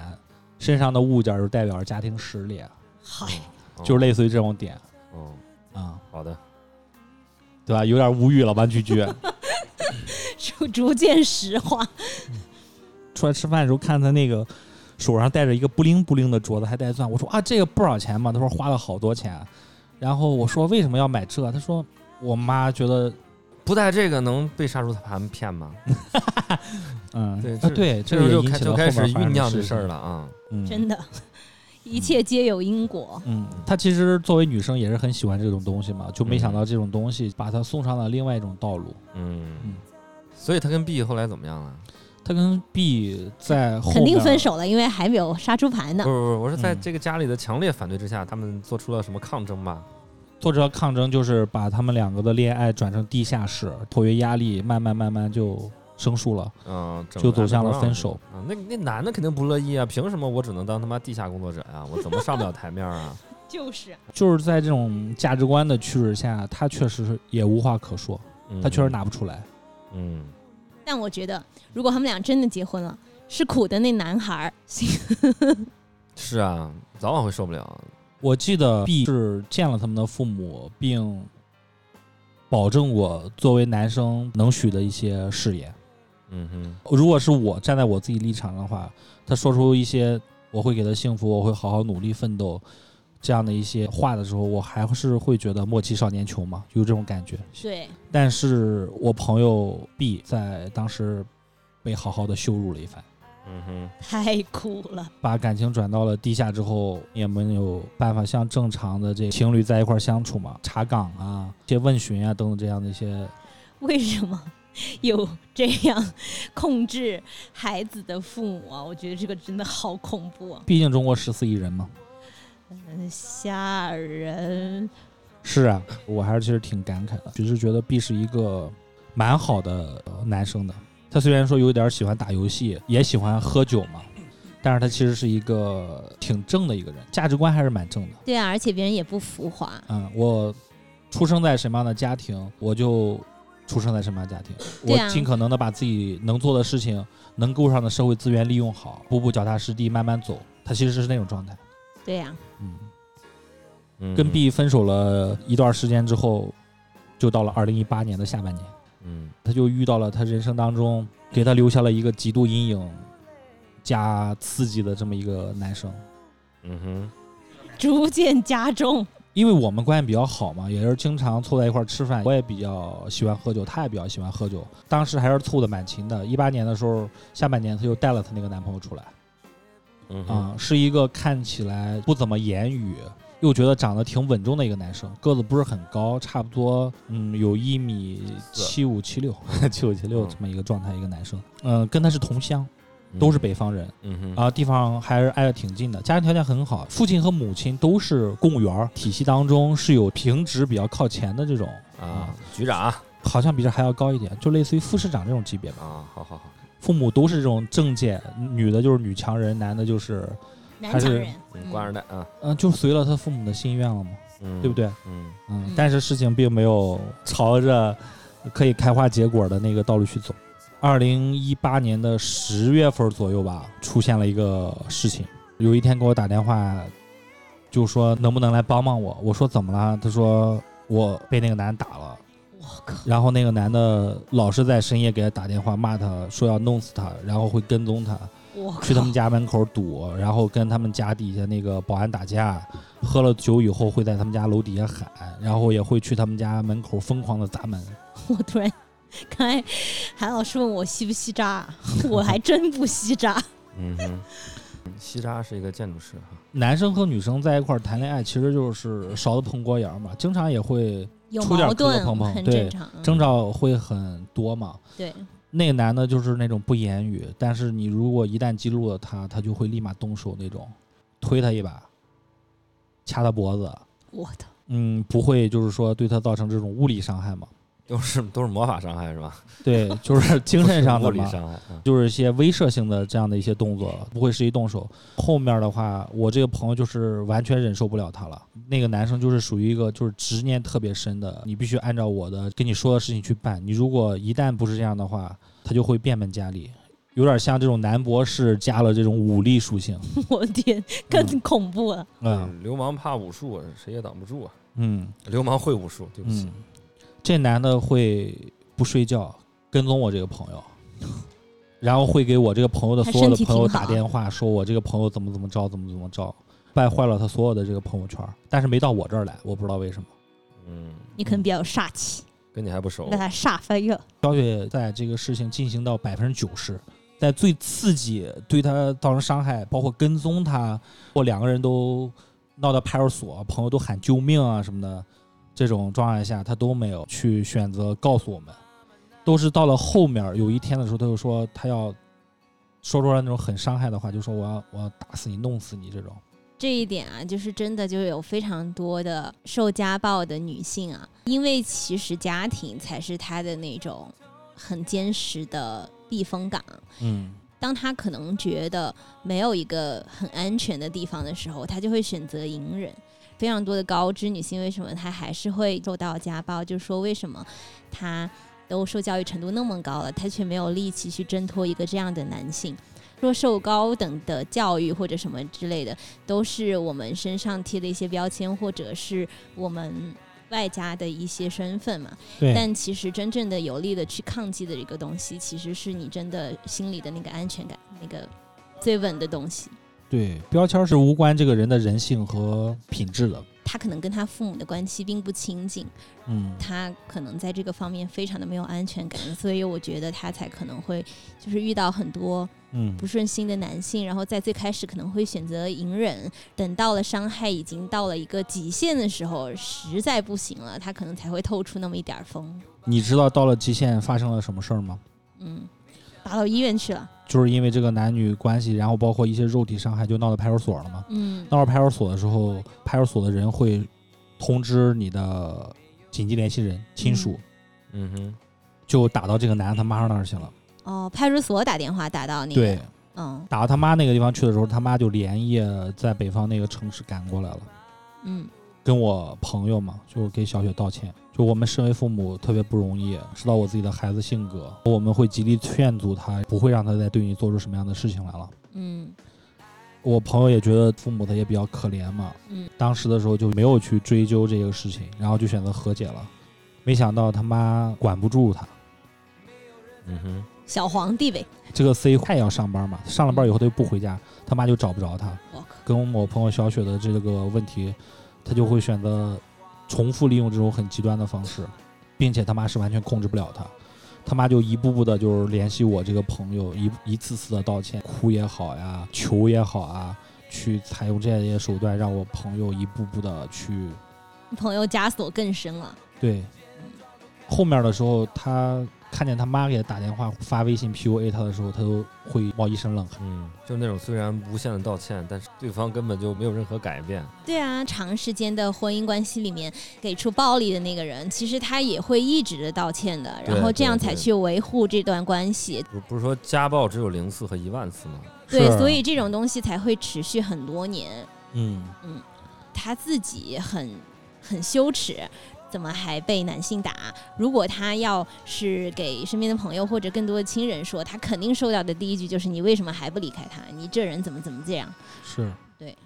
Speaker 4: 身上的物件就代表着家庭实力，啊
Speaker 2: 嗨，
Speaker 3: 哦
Speaker 4: 就是，类似于这种点
Speaker 3: 哦，
Speaker 4: 啊、
Speaker 3: 好的，
Speaker 4: 对吧？有点无语了吧，菊菊。
Speaker 2: 逐逐渐石化。
Speaker 4: 出来吃饭的时候看他那个手上戴着一个不灵不灵的镯子，还带钻，我说啊，这个不少钱嘛，他说花了好多钱。然后我说为什么要买这？他说我妈觉得
Speaker 3: 不带这个能被杀猪盘骗吗？
Speaker 4: 嗯，
Speaker 3: 对
Speaker 4: 啊，
Speaker 3: 这
Speaker 4: 对，
Speaker 3: 这
Speaker 4: 个
Speaker 3: 时
Speaker 4: 也
Speaker 3: 候就
Speaker 4: 引
Speaker 3: 开
Speaker 4: 起了
Speaker 3: 就
Speaker 4: 后
Speaker 3: 开
Speaker 4: 面
Speaker 3: 始
Speaker 4: 发生
Speaker 3: 酝
Speaker 4: 的
Speaker 3: 酿这
Speaker 4: 事
Speaker 3: 事儿
Speaker 4: 情。
Speaker 3: 了啊，
Speaker 4: 嗯，
Speaker 2: 真的，一切皆有因果。
Speaker 4: 嗯，她其实作为女生也是很喜欢这种东西嘛，就没想到这种东西把她送上了另外一种道路。
Speaker 3: 嗯
Speaker 4: 嗯，
Speaker 3: 所以他跟 B 后来怎么样了？
Speaker 4: 她跟 B 在后
Speaker 2: 肯定
Speaker 4: 面
Speaker 2: 分，手了，因为还没有杀猪盘
Speaker 3: 啊
Speaker 2: 呢
Speaker 3: 不是。不是，我是在
Speaker 4: 嗯
Speaker 3: 这个家里的强烈反对之下，他们做出了什么抗争吧？
Speaker 4: 作者抗争就是把他们两个的恋爱转成地下室，迫于压力，慢慢慢慢就生疏了。
Speaker 3: 嗯，整
Speaker 4: 就
Speaker 3: 个
Speaker 4: 走向了
Speaker 3: underground
Speaker 4: 分手
Speaker 3: 啊。那那男的肯定不乐意啊！凭什么我只能当他妈地下工作者呀、我怎么上不了台面啊？
Speaker 2: 就是
Speaker 4: 就是在这种价值观的驱使下，他确实是也无话可说，
Speaker 3: 嗯
Speaker 4: 他确实拿不出来。
Speaker 3: 嗯，
Speaker 2: 但我觉得，如果他们俩真的结婚了，是苦的那男孩儿，
Speaker 3: 是啊，早晚会受不了。
Speaker 4: 我记得 B 是见了他们的父母，并保证我作为男生能许的一些誓言。
Speaker 3: 嗯哼，
Speaker 4: 如果是我站在我自己立场的话，他说出一些我会给他幸福，我会好好努力奋斗这样的一些话的时候，我还是会觉得莫欺少年穷嘛，有这种感觉。
Speaker 2: 对，
Speaker 4: 但是我朋友 B 在当时被好好的羞辱了一番。
Speaker 3: 嗯哼，
Speaker 2: 太苦了。
Speaker 4: 把感情转到了地下之后，也没有办法像正常的这情侣在一块儿相处嘛，查岗啊、一些问询啊等等这样的一些，
Speaker 2: 为什么有这样控制孩子的父母啊？我觉得这个真的好恐怖、啊，
Speaker 4: 毕竟中国十四亿人嘛，
Speaker 2: 嗯，吓人。
Speaker 4: 是啊，我还是其实挺感慨的，只是觉得 B 是一个蛮好的呃男生的。他虽然说有点喜欢打游戏，也喜欢喝酒嘛，但是他其实是一个挺正的一个人，价值观还是蛮正的。
Speaker 2: 对啊，而且别人也不浮华。
Speaker 4: 嗯，我出生在什么样的家庭，我就出生在什么样的家庭。
Speaker 2: 对
Speaker 4: 我
Speaker 2: 啊
Speaker 4: 尽可能的把自己能做的事情、能够上的社会资源利用好，步步脚踏实地，慢慢走。他其实是那种状态。
Speaker 2: 对啊呀、
Speaker 4: 嗯，
Speaker 3: 嗯
Speaker 4: 跟 B 分手了一段时间之后，就到了二零一八年的下半年，
Speaker 3: 嗯
Speaker 4: 他就遇到了他人生当中给他留下了一个极度阴影加刺激的这么一个男生。
Speaker 3: 嗯哼，
Speaker 2: 逐渐加重。
Speaker 4: 因为我们关系比较好嘛，也是经常凑在一块儿吃饭。我也比较喜欢喝酒，他也比较喜欢喝酒。当时还是凑的蛮勤的。一八年的时候，下半年她又带了她那个男朋友出来
Speaker 3: 嗯
Speaker 4: 啊、
Speaker 3: 哼，
Speaker 4: 是一个看起来不怎么言语，又觉得长得挺稳重的一个男生，个子不是很高，差不多嗯有一米七五七六 七五七六
Speaker 3: 嗯
Speaker 4: 这么一个状态一个男生。嗯，跟他是同乡，都是北方人。
Speaker 3: 嗯哼
Speaker 4: 啊，地方还是挨得挺近的，家庭条件很好，父亲和母亲都是公务员儿体系当中是有评职比较靠前的这种，
Speaker 3: 啊，局长啊，
Speaker 4: 好像比这还要高一点，就类似于副市长这种级别吧。
Speaker 3: 好好好，
Speaker 4: 父母都是这种政界，女的就是女强人，男的就是，
Speaker 2: 男
Speaker 4: 还
Speaker 2: 强
Speaker 4: 是
Speaker 2: 人，
Speaker 3: 嗯，官二代啊，
Speaker 4: 嗯、就随了他父母的心愿了嘛，
Speaker 3: 嗯，
Speaker 4: 对不？对？
Speaker 3: 嗯
Speaker 4: 嗯，
Speaker 2: 嗯
Speaker 4: 但是事情并没有朝着可以开花结果的那个道路去走。二零一八年的十月份左右吧，出现了一个事情。有一天给我打电话，就说能不能来帮帮我？我说怎么了？他说我被那个男打了。
Speaker 2: 我靠，
Speaker 4: 然后那个男的老是在深夜给他打电话骂他，说要弄死他，然后会跟踪他，
Speaker 2: 我靠，
Speaker 4: 去他们家门口堵，然后跟他们家底下那个保安打架，喝了酒以后会在他们家楼底下喊，然后也会去他们家门口疯狂的砸门。
Speaker 2: 我突然，刚才韩老师问我吸不吸渣，啊 我还真不吸渣。
Speaker 3: 嗯哼，西扎是一个建筑师哈，
Speaker 4: 男生和女生在一块儿谈恋爱，其实就是勺子碰锅沿儿嘛，经常也会
Speaker 2: 有
Speaker 4: 出点
Speaker 2: 矛
Speaker 4: 磕磕
Speaker 2: 盾
Speaker 4: 碰碰
Speaker 2: 很
Speaker 4: 对
Speaker 2: 正常，
Speaker 4: 争吵会很多嘛。
Speaker 2: 对，
Speaker 4: 那个男的就是那种不言语，但是你如果一旦激怒了他，他就会立马动手那种，推他一把，掐他脖子，
Speaker 2: 我的
Speaker 4: 嗯，不会就是说对他造成这种物理伤害嘛？
Speaker 3: 都是都是魔法伤害是吧？
Speaker 4: 对，就是 精神上
Speaker 3: 物
Speaker 4: 的
Speaker 3: 理
Speaker 4: 嘛，
Speaker 3: 伤害，嗯
Speaker 4: 就是一些威慑性的这样的一些动作，不会实际动手。后面的话，我这个朋友就是完全忍受不了他了。那个男生就是属于一个就是执念特别深的，你必须按照我的跟你说的事情去办。你如果一旦不是这样的话，他就会变本加厉，有点像这种男博士加了这种武力属性。
Speaker 2: 我的天，更恐怖了。
Speaker 4: 嗯
Speaker 3: 流氓怕武术，谁也挡不住啊，
Speaker 4: 嗯
Speaker 3: 流氓会武术，对不起
Speaker 4: 嗯，，这男的会不睡觉跟踪我这个朋 友。然后会给我这个朋友的
Speaker 2: 他
Speaker 4: 所有
Speaker 2: 身
Speaker 4: 的
Speaker 2: 体
Speaker 4: 朋友
Speaker 2: 挺好
Speaker 4: 打电话，说我这个朋友怎么怎么着，怎么怎么着，败坏了他所有的这个朋友圈，但是没到我这儿来，我不知道为什么。
Speaker 3: 嗯，
Speaker 2: 你可能比较有煞气，
Speaker 3: 跟你还不
Speaker 4: 哦
Speaker 3: 熟
Speaker 2: 把，他煞飞了。
Speaker 4: 小雪在这个事情进行到百分之九十，在最刺激对他造成伤害，包括跟踪他，或两个人都闹到派出所，朋友都喊救命啊什么的，这种状态下，他都没有去选择告诉我们，都是到了后面有一天的时候，他就说他要说出来那种很伤害的话，就说我要我要打死你，弄死你这种。
Speaker 2: 这一点啊，就是真的就有非常多的受家暴的女性啊，因为其实家庭才是她的那种很坚实的避风港。啊
Speaker 4: 嗯
Speaker 2: 当她可能觉得没有一个很安全的地方的时候，她就会选择隐忍。非常多的高知女性为什么她还是会受到家暴？就是说为什么她都受教育程度那么高了，她却没有力气去挣脱一个这样的男性？说受高等的教育或者什么之类的，都是我们身上贴的一些标签，或者是我们外加的一些身份嘛。
Speaker 4: 对
Speaker 2: 但其实真正的有力的去抗击的一个东西，其实是你真的心里的那个安全感，那个最稳的东西。
Speaker 4: 对，标签是无关这个人的人性和品质的。
Speaker 2: 他可能跟他父母的关系并不亲近，
Speaker 4: 嗯，
Speaker 2: 他可能在这个方面非常的没有安全感，所以我觉得他才可能会就是遇到很多
Speaker 4: 嗯
Speaker 2: 不顺心的男性，然后在最开始可能会选择隐忍，等到了伤害已经到了一个极限的时候，实在不行了，他可能才会透出那么一点儿风，
Speaker 4: 你知道到了极限发生了什么事儿吗？
Speaker 2: 嗯，打到医院去了，
Speaker 4: 就是因为这个男女关系，然后包括一些肉体伤害，就闹到派出所了嘛。
Speaker 2: 嗯，
Speaker 4: 闹到派出所的时候，派出所的人会通知你的紧急联系人、亲属，
Speaker 3: 嗯哼，
Speaker 4: 就打到这个男的他妈那儿去了。
Speaker 2: 哦，派出所打电话打到你，
Speaker 4: 对，，
Speaker 2: 嗯
Speaker 4: 打到他妈那个地方去的时候，他妈就连夜在北方那个城市赶过来了，
Speaker 2: 嗯
Speaker 4: 跟我朋友嘛，就给小雪道歉。就我们身为父母特别不容易，知道我自己的孩子性格，我们会极力劝阻他，不会让他再对你做出什么样的事情来了。
Speaker 2: 嗯
Speaker 4: 我朋友也觉得父母他也比较可怜嘛，
Speaker 2: 嗯，
Speaker 4: 当时的时候就没有去追究这个事情，然后就选择和解了。没想到他妈管不住他，
Speaker 3: 嗯哼，
Speaker 2: 小皇帝呗，
Speaker 4: 这个 C 太要上班嘛，上了班以后他就不回家，他妈就找不着他。
Speaker 2: 我靠，
Speaker 4: 跟我朋友小雪的这个问题，他就会选择重复利用这种很极端的方式，并且他妈是完全控制不了他。他妈就一步步的，就是联系我这个朋友，一一次次的道歉，哭也好呀，求也好啊，去采用这些手段，让我朋友一步步的去
Speaker 2: 朋友枷锁更深了，
Speaker 4: 对。后面的时候，他看见他妈给他打电话、发微信 PUA 他的时候，他都会冒一身冷汗。
Speaker 3: 嗯，就那种虽然无限的道歉，但是对方根本就没有任何改变。
Speaker 2: 对啊，长时间的婚姻关系里面，给出暴力的那个人，其实他也会一直的道歉的，
Speaker 3: 对
Speaker 2: 然后这样
Speaker 3: 对
Speaker 2: 才
Speaker 3: 对
Speaker 2: 去维护这段关系。
Speaker 3: 不不是说家暴只有零次和一万次吗？
Speaker 2: 对
Speaker 4: 是，
Speaker 2: 所以这种东西才会持续很多年。
Speaker 4: 嗯，
Speaker 2: 他自己很很羞耻，怎么还被男性打？如果他要是给身边的朋友或者更多的亲人说，他肯定受到的第一句就是你为什么还不离开他？你这人怎么怎么这样？
Speaker 4: 是，
Speaker 2: 对。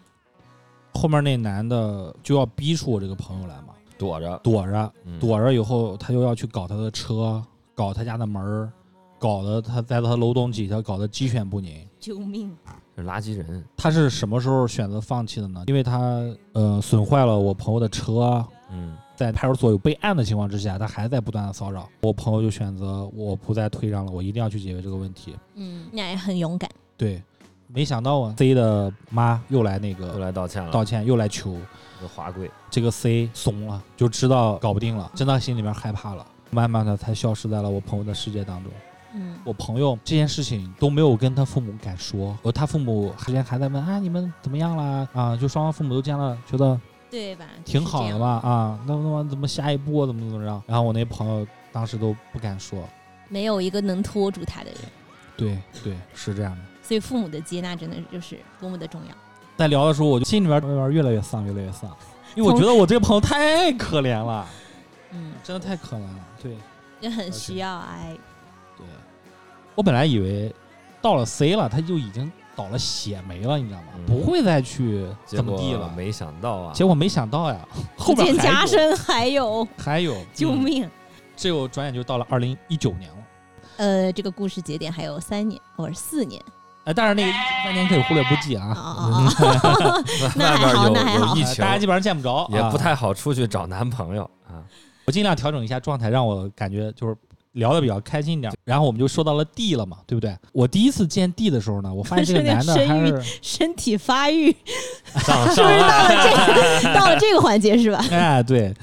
Speaker 4: 后面那男的就要逼出我这个朋友来嘛，
Speaker 3: 躲着，
Speaker 4: 躲着，
Speaker 3: 嗯，
Speaker 4: 躲着以后，他又要去搞他的车，搞他家的门儿，搞得他在他楼栋底下搞得鸡犬不宁。
Speaker 2: 救命！
Speaker 3: 是垃圾人。
Speaker 4: 他是什么时候选择放弃的呢？因为他呃损坏了我朋友的车，
Speaker 3: 嗯，
Speaker 4: 在派出所有备案的情况之下，他还在不断的骚扰。我朋友就选择我不再退让了，我一定要去解决这个问题。
Speaker 2: 嗯，那也很勇敢。
Speaker 4: 对，没想到啊，C 的妈又来那
Speaker 3: 又
Speaker 4: 个
Speaker 3: 来道歉了，
Speaker 4: 道歉，又来求，
Speaker 3: 个花贵。
Speaker 4: 这个 C 怂了，就知道搞不定了，真的心里面害怕了，慢慢的才消失在了我朋友的世界当中。
Speaker 2: 嗯
Speaker 4: 我朋友这件事情都没有跟他父母敢说，呃，他父母之前还在问啊，你们怎么样啦？啊，就双方父母都见了，觉得
Speaker 2: 对吧？
Speaker 4: 挺好的
Speaker 2: 的
Speaker 4: 吧？？啊，那那怎么下一步啊怎么怎么着？然后我那朋友当时都不敢说，
Speaker 2: 没有一个能拖住他的人，
Speaker 4: 对对，是这样的。
Speaker 2: 所以父母的接纳真的就是多么的重要。
Speaker 4: 在聊的时候，我就心里面慢慢越来越丧，越来越丧，因为我觉得我这个朋友太可怜了，
Speaker 2: 嗯，
Speaker 4: 真的太可怜了，对。
Speaker 2: 也很需要爱。
Speaker 4: 对，我本来以为到了 C 了，他就已经倒了血霉了，你知道吗？
Speaker 3: 嗯
Speaker 4: 不会再去
Speaker 3: 结
Speaker 4: 怎么
Speaker 3: 果
Speaker 4: 地了。
Speaker 3: 没想到啊，
Speaker 4: 结果没想到呀，后
Speaker 2: 不
Speaker 4: 面
Speaker 2: 见
Speaker 4: 还
Speaker 2: 加
Speaker 4: 有
Speaker 2: 深，还有
Speaker 4: 还有
Speaker 2: 救！
Speaker 4: 嗯
Speaker 2: 命！
Speaker 4: 这又转眼就到了二零一九年了。
Speaker 2: 呃，这个故事节点还有三年或者四年。
Speaker 4: 哎，但是那个三年可以忽略不计啊，
Speaker 2: 哦哦哦，那
Speaker 3: 外
Speaker 2: 还好那
Speaker 3: 边
Speaker 2: 还
Speaker 3: 有有
Speaker 2: 好
Speaker 3: 疫
Speaker 4: 呃
Speaker 3: 情
Speaker 4: 大，家基本上见不着，
Speaker 3: 也
Speaker 4: 啊。
Speaker 3: 不太好出去找男朋友啊。
Speaker 4: 我尽量调整一下状态，让我感觉就是。聊的比较开心一点，然后我们就说到了 D 了嘛，对不对？我第一次见 D 的时候呢，我发现这 个
Speaker 2: 有点
Speaker 4: 男的
Speaker 2: 生
Speaker 4: 还
Speaker 2: 育
Speaker 4: 是
Speaker 2: 身体发育
Speaker 3: 上
Speaker 2: 是
Speaker 3: 上
Speaker 2: 不是
Speaker 3: 岸
Speaker 2: 到了这个到了这个环节是吧？
Speaker 4: 哎，对，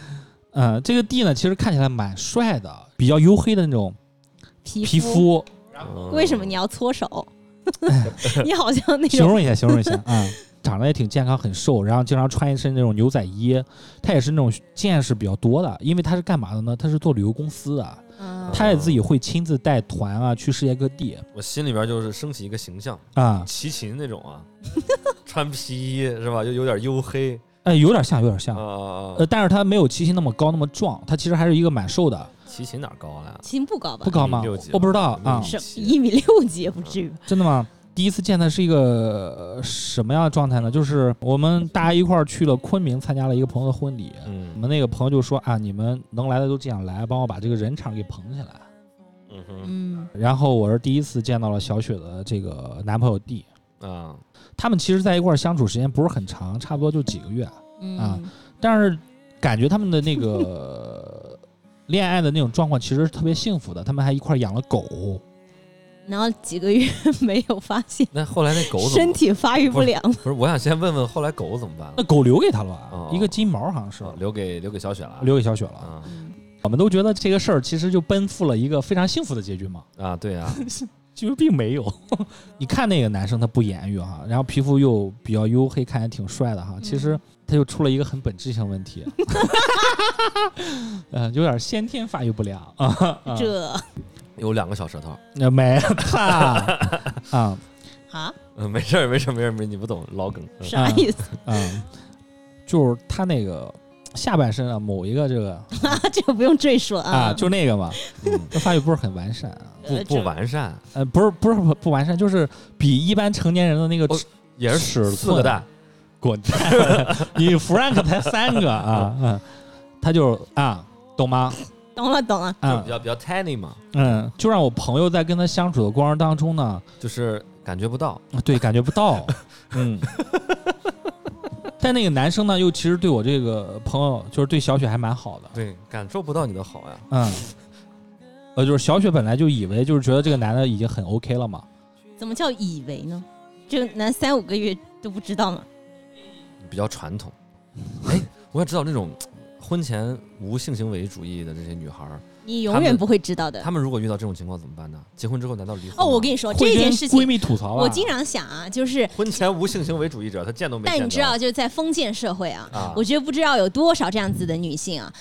Speaker 4: 嗯、这个 D 呢，其实看起来蛮帅的，比较黝黑的那种
Speaker 2: 皮
Speaker 4: 皮肤，
Speaker 3: 嗯
Speaker 2: 为什么你要搓手？你好像那
Speaker 4: 形
Speaker 2: 种
Speaker 4: 容一下，形容一下啊、长得也挺健康，很瘦，然后经常穿一身那种牛仔衣，他也是那种见识比较多的，因为他是干嘛的呢？他是做旅游公司的，
Speaker 2: 嗯
Speaker 4: 他也自己会亲自带团啊，去世界各地
Speaker 3: 我心里边就是升起一个形象，
Speaker 4: 啊，
Speaker 3: 齐秦那 种啊，穿皮衣是吧？又有点黝黑
Speaker 4: 哎，有点像，有点
Speaker 3: 啊
Speaker 4: 像，
Speaker 3: 啊。
Speaker 4: 呃，但是他没有齐秦那么高那么壮，他其实还是一个蛮瘦的，
Speaker 3: 齐秦哪儿高了？
Speaker 2: 心不高吧
Speaker 4: 不？高吗
Speaker 3: 1.6几？
Speaker 4: 我不知道啊，
Speaker 3: 1.6
Speaker 2: 是
Speaker 3: 七
Speaker 2: 一米六几也不至于吧？
Speaker 4: 真的吗？第一次见他是一个呃什么样的状态呢？就是我们大家一块儿去了昆明，参加了一个朋友的婚礼。我
Speaker 3: 嗯
Speaker 4: 们那个朋友就说啊，你们能来的都尽量来，帮我把这个人场给捧起来。
Speaker 3: 嗯哼
Speaker 2: 嗯，
Speaker 4: 然后我是第一次见到了小雪的这个男朋友 D，
Speaker 3: 啊，
Speaker 4: 他们其实在一块儿相处时间不是很长，差不多就几个月，啊
Speaker 2: 嗯，
Speaker 4: 但是感觉他们的那 个恋爱的那种状况其实是特别幸福的。他们还一块儿养了狗，
Speaker 2: 然后几个月没有发现
Speaker 3: 那后来那狗怎
Speaker 2: 身
Speaker 3: 么？
Speaker 2: 体发育不良，
Speaker 3: 不是，我想先问问后来狗怎么办
Speaker 4: 那
Speaker 3: 了？
Speaker 4: 狗留给他了
Speaker 3: 哦
Speaker 4: 吧？一个金毛好像是
Speaker 3: 啊留给留给小雪了。
Speaker 4: 留给小雪了。
Speaker 3: 啊
Speaker 2: 嗯
Speaker 4: 我们都觉得这个事儿其实就奔赴了一个非常幸福的结局嘛。
Speaker 3: 啊，对啊，
Speaker 4: 其实并没有。 你看那个男生他不言语哈，然后皮肤又比较黝黑，看起来挺帅的哈。其实他就出了一个很本质性问 题，呃，有点先天发育不良啊。啊
Speaker 2: 这
Speaker 3: 有两个小舌头。
Speaker 4: 那没哈啊
Speaker 2: 啊
Speaker 3: 嗯，没事儿，没事儿，没事儿，没事儿，你不懂老梗。嗯
Speaker 2: 啥意思？
Speaker 4: 啊，就是他那个下半身啊，某一个这个
Speaker 2: 这个不用赘述
Speaker 4: 啊，就那个嘛，
Speaker 3: 嗯
Speaker 4: 他发育不是很完善啊。
Speaker 2: 呃
Speaker 3: 不不完善，
Speaker 4: 呃，不是不是不不完善，就是比一般成年人的那个
Speaker 3: 哦
Speaker 4: 尺
Speaker 3: 也是
Speaker 4: 尺
Speaker 3: 四个
Speaker 4: 寸
Speaker 3: 蛋，
Speaker 4: 滚 蛋！你 Frank 才三个啊，嗯，他就啊，懂吗？
Speaker 2: 懂了懂了，
Speaker 3: 就
Speaker 4: 嗯
Speaker 3: 比较比较 tiny 嘛，
Speaker 4: 嗯，就让我朋友在跟他相处的过程当中呢，
Speaker 3: 就是感觉不到。
Speaker 4: 对，感觉不到，嗯。但那个男生呢，又其实对我这个朋友，就是对小雪还蛮好的，
Speaker 3: 对，感受不到你的好呀。
Speaker 4: 嗯。呃，就是小雪本来就以为，就是觉得这个男的已经很 OK 了嘛，
Speaker 2: 怎么叫以为呢？这个男三五个月都不知道吗？
Speaker 3: 比较传统。哎，我也知道那种婚前无性行为主义的这些女孩儿，
Speaker 2: 你永远不会知道的
Speaker 3: 她。们如果遇到这种情况怎么办呢？结婚之后难道离婚吗？
Speaker 2: 哦，我跟你说
Speaker 4: 会
Speaker 2: 这
Speaker 4: 跟
Speaker 2: 件事
Speaker 4: 闺
Speaker 2: 情，
Speaker 4: 蜜吐槽吧。
Speaker 2: 我经常想啊，就是
Speaker 3: 婚前无性行为主义者，她见都没见着。
Speaker 2: 但你知道，就是在封建社会啊，
Speaker 3: 啊？
Speaker 2: 我觉得不知道有多少这样子的女性啊，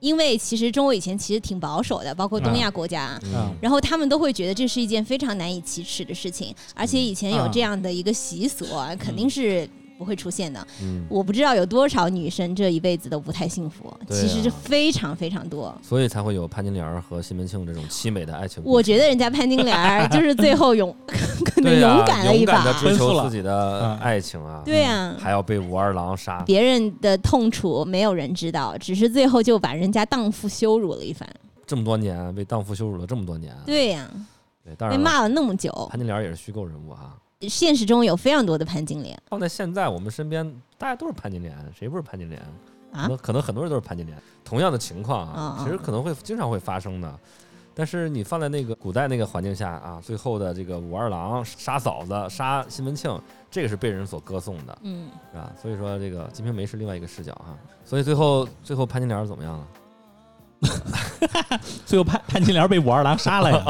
Speaker 2: 因为其实中国以前其实挺保守的，包括东亚国家啊。
Speaker 3: 嗯
Speaker 4: 啊
Speaker 2: 然后他们都会觉得这是一件非常难以启齿的事情，而且以前有这样的一个习俗啊，肯定是不会出现的。
Speaker 3: 嗯，
Speaker 2: 我不知道有多少女生这一辈子都不太幸福，
Speaker 3: 对啊
Speaker 2: 其实是非常非常多。
Speaker 3: 所以才会有潘金莲儿和西门庆这种凄美的爱情故事。
Speaker 2: 我觉得人家潘金莲儿就是最后勇， 可能
Speaker 3: 对呀
Speaker 2: 勇敢了一把
Speaker 3: 勇，敢的追
Speaker 4: 奔赴
Speaker 3: 求
Speaker 4: 了
Speaker 3: 自己的爱情啊，
Speaker 2: 对呀
Speaker 3: 还要被武二郎杀。
Speaker 2: 别人的痛楚没有人知道，只是最后就把人家荡妇羞辱了一番。
Speaker 3: 这么多年被荡妇羞辱了这么多年，
Speaker 2: 对呀、
Speaker 3: 对，当
Speaker 2: 被
Speaker 3: 然了
Speaker 2: 骂了那么久，
Speaker 3: 潘金莲儿也是虚构人物啊。
Speaker 2: 现实中有非常多的潘金莲
Speaker 3: 放在现在我们身边，大家都是潘金莲，谁不是潘金莲？可
Speaker 2: 啊
Speaker 3: 能，可能很多人都是潘金莲，同样的情况啊，
Speaker 2: 嗯嗯
Speaker 3: 其实可能会经常会发生的。但是你放在那个古代那个环境下啊，最后的这个武二郎杀嫂子、杀西门庆，这个是被人所歌颂的
Speaker 2: 嗯，
Speaker 3: 啊。所以说这个《金瓶梅》是另外一个视角啊。所以最后最后潘金莲怎么样了？
Speaker 4: 最后潘潘金莲被武二郎杀了呀。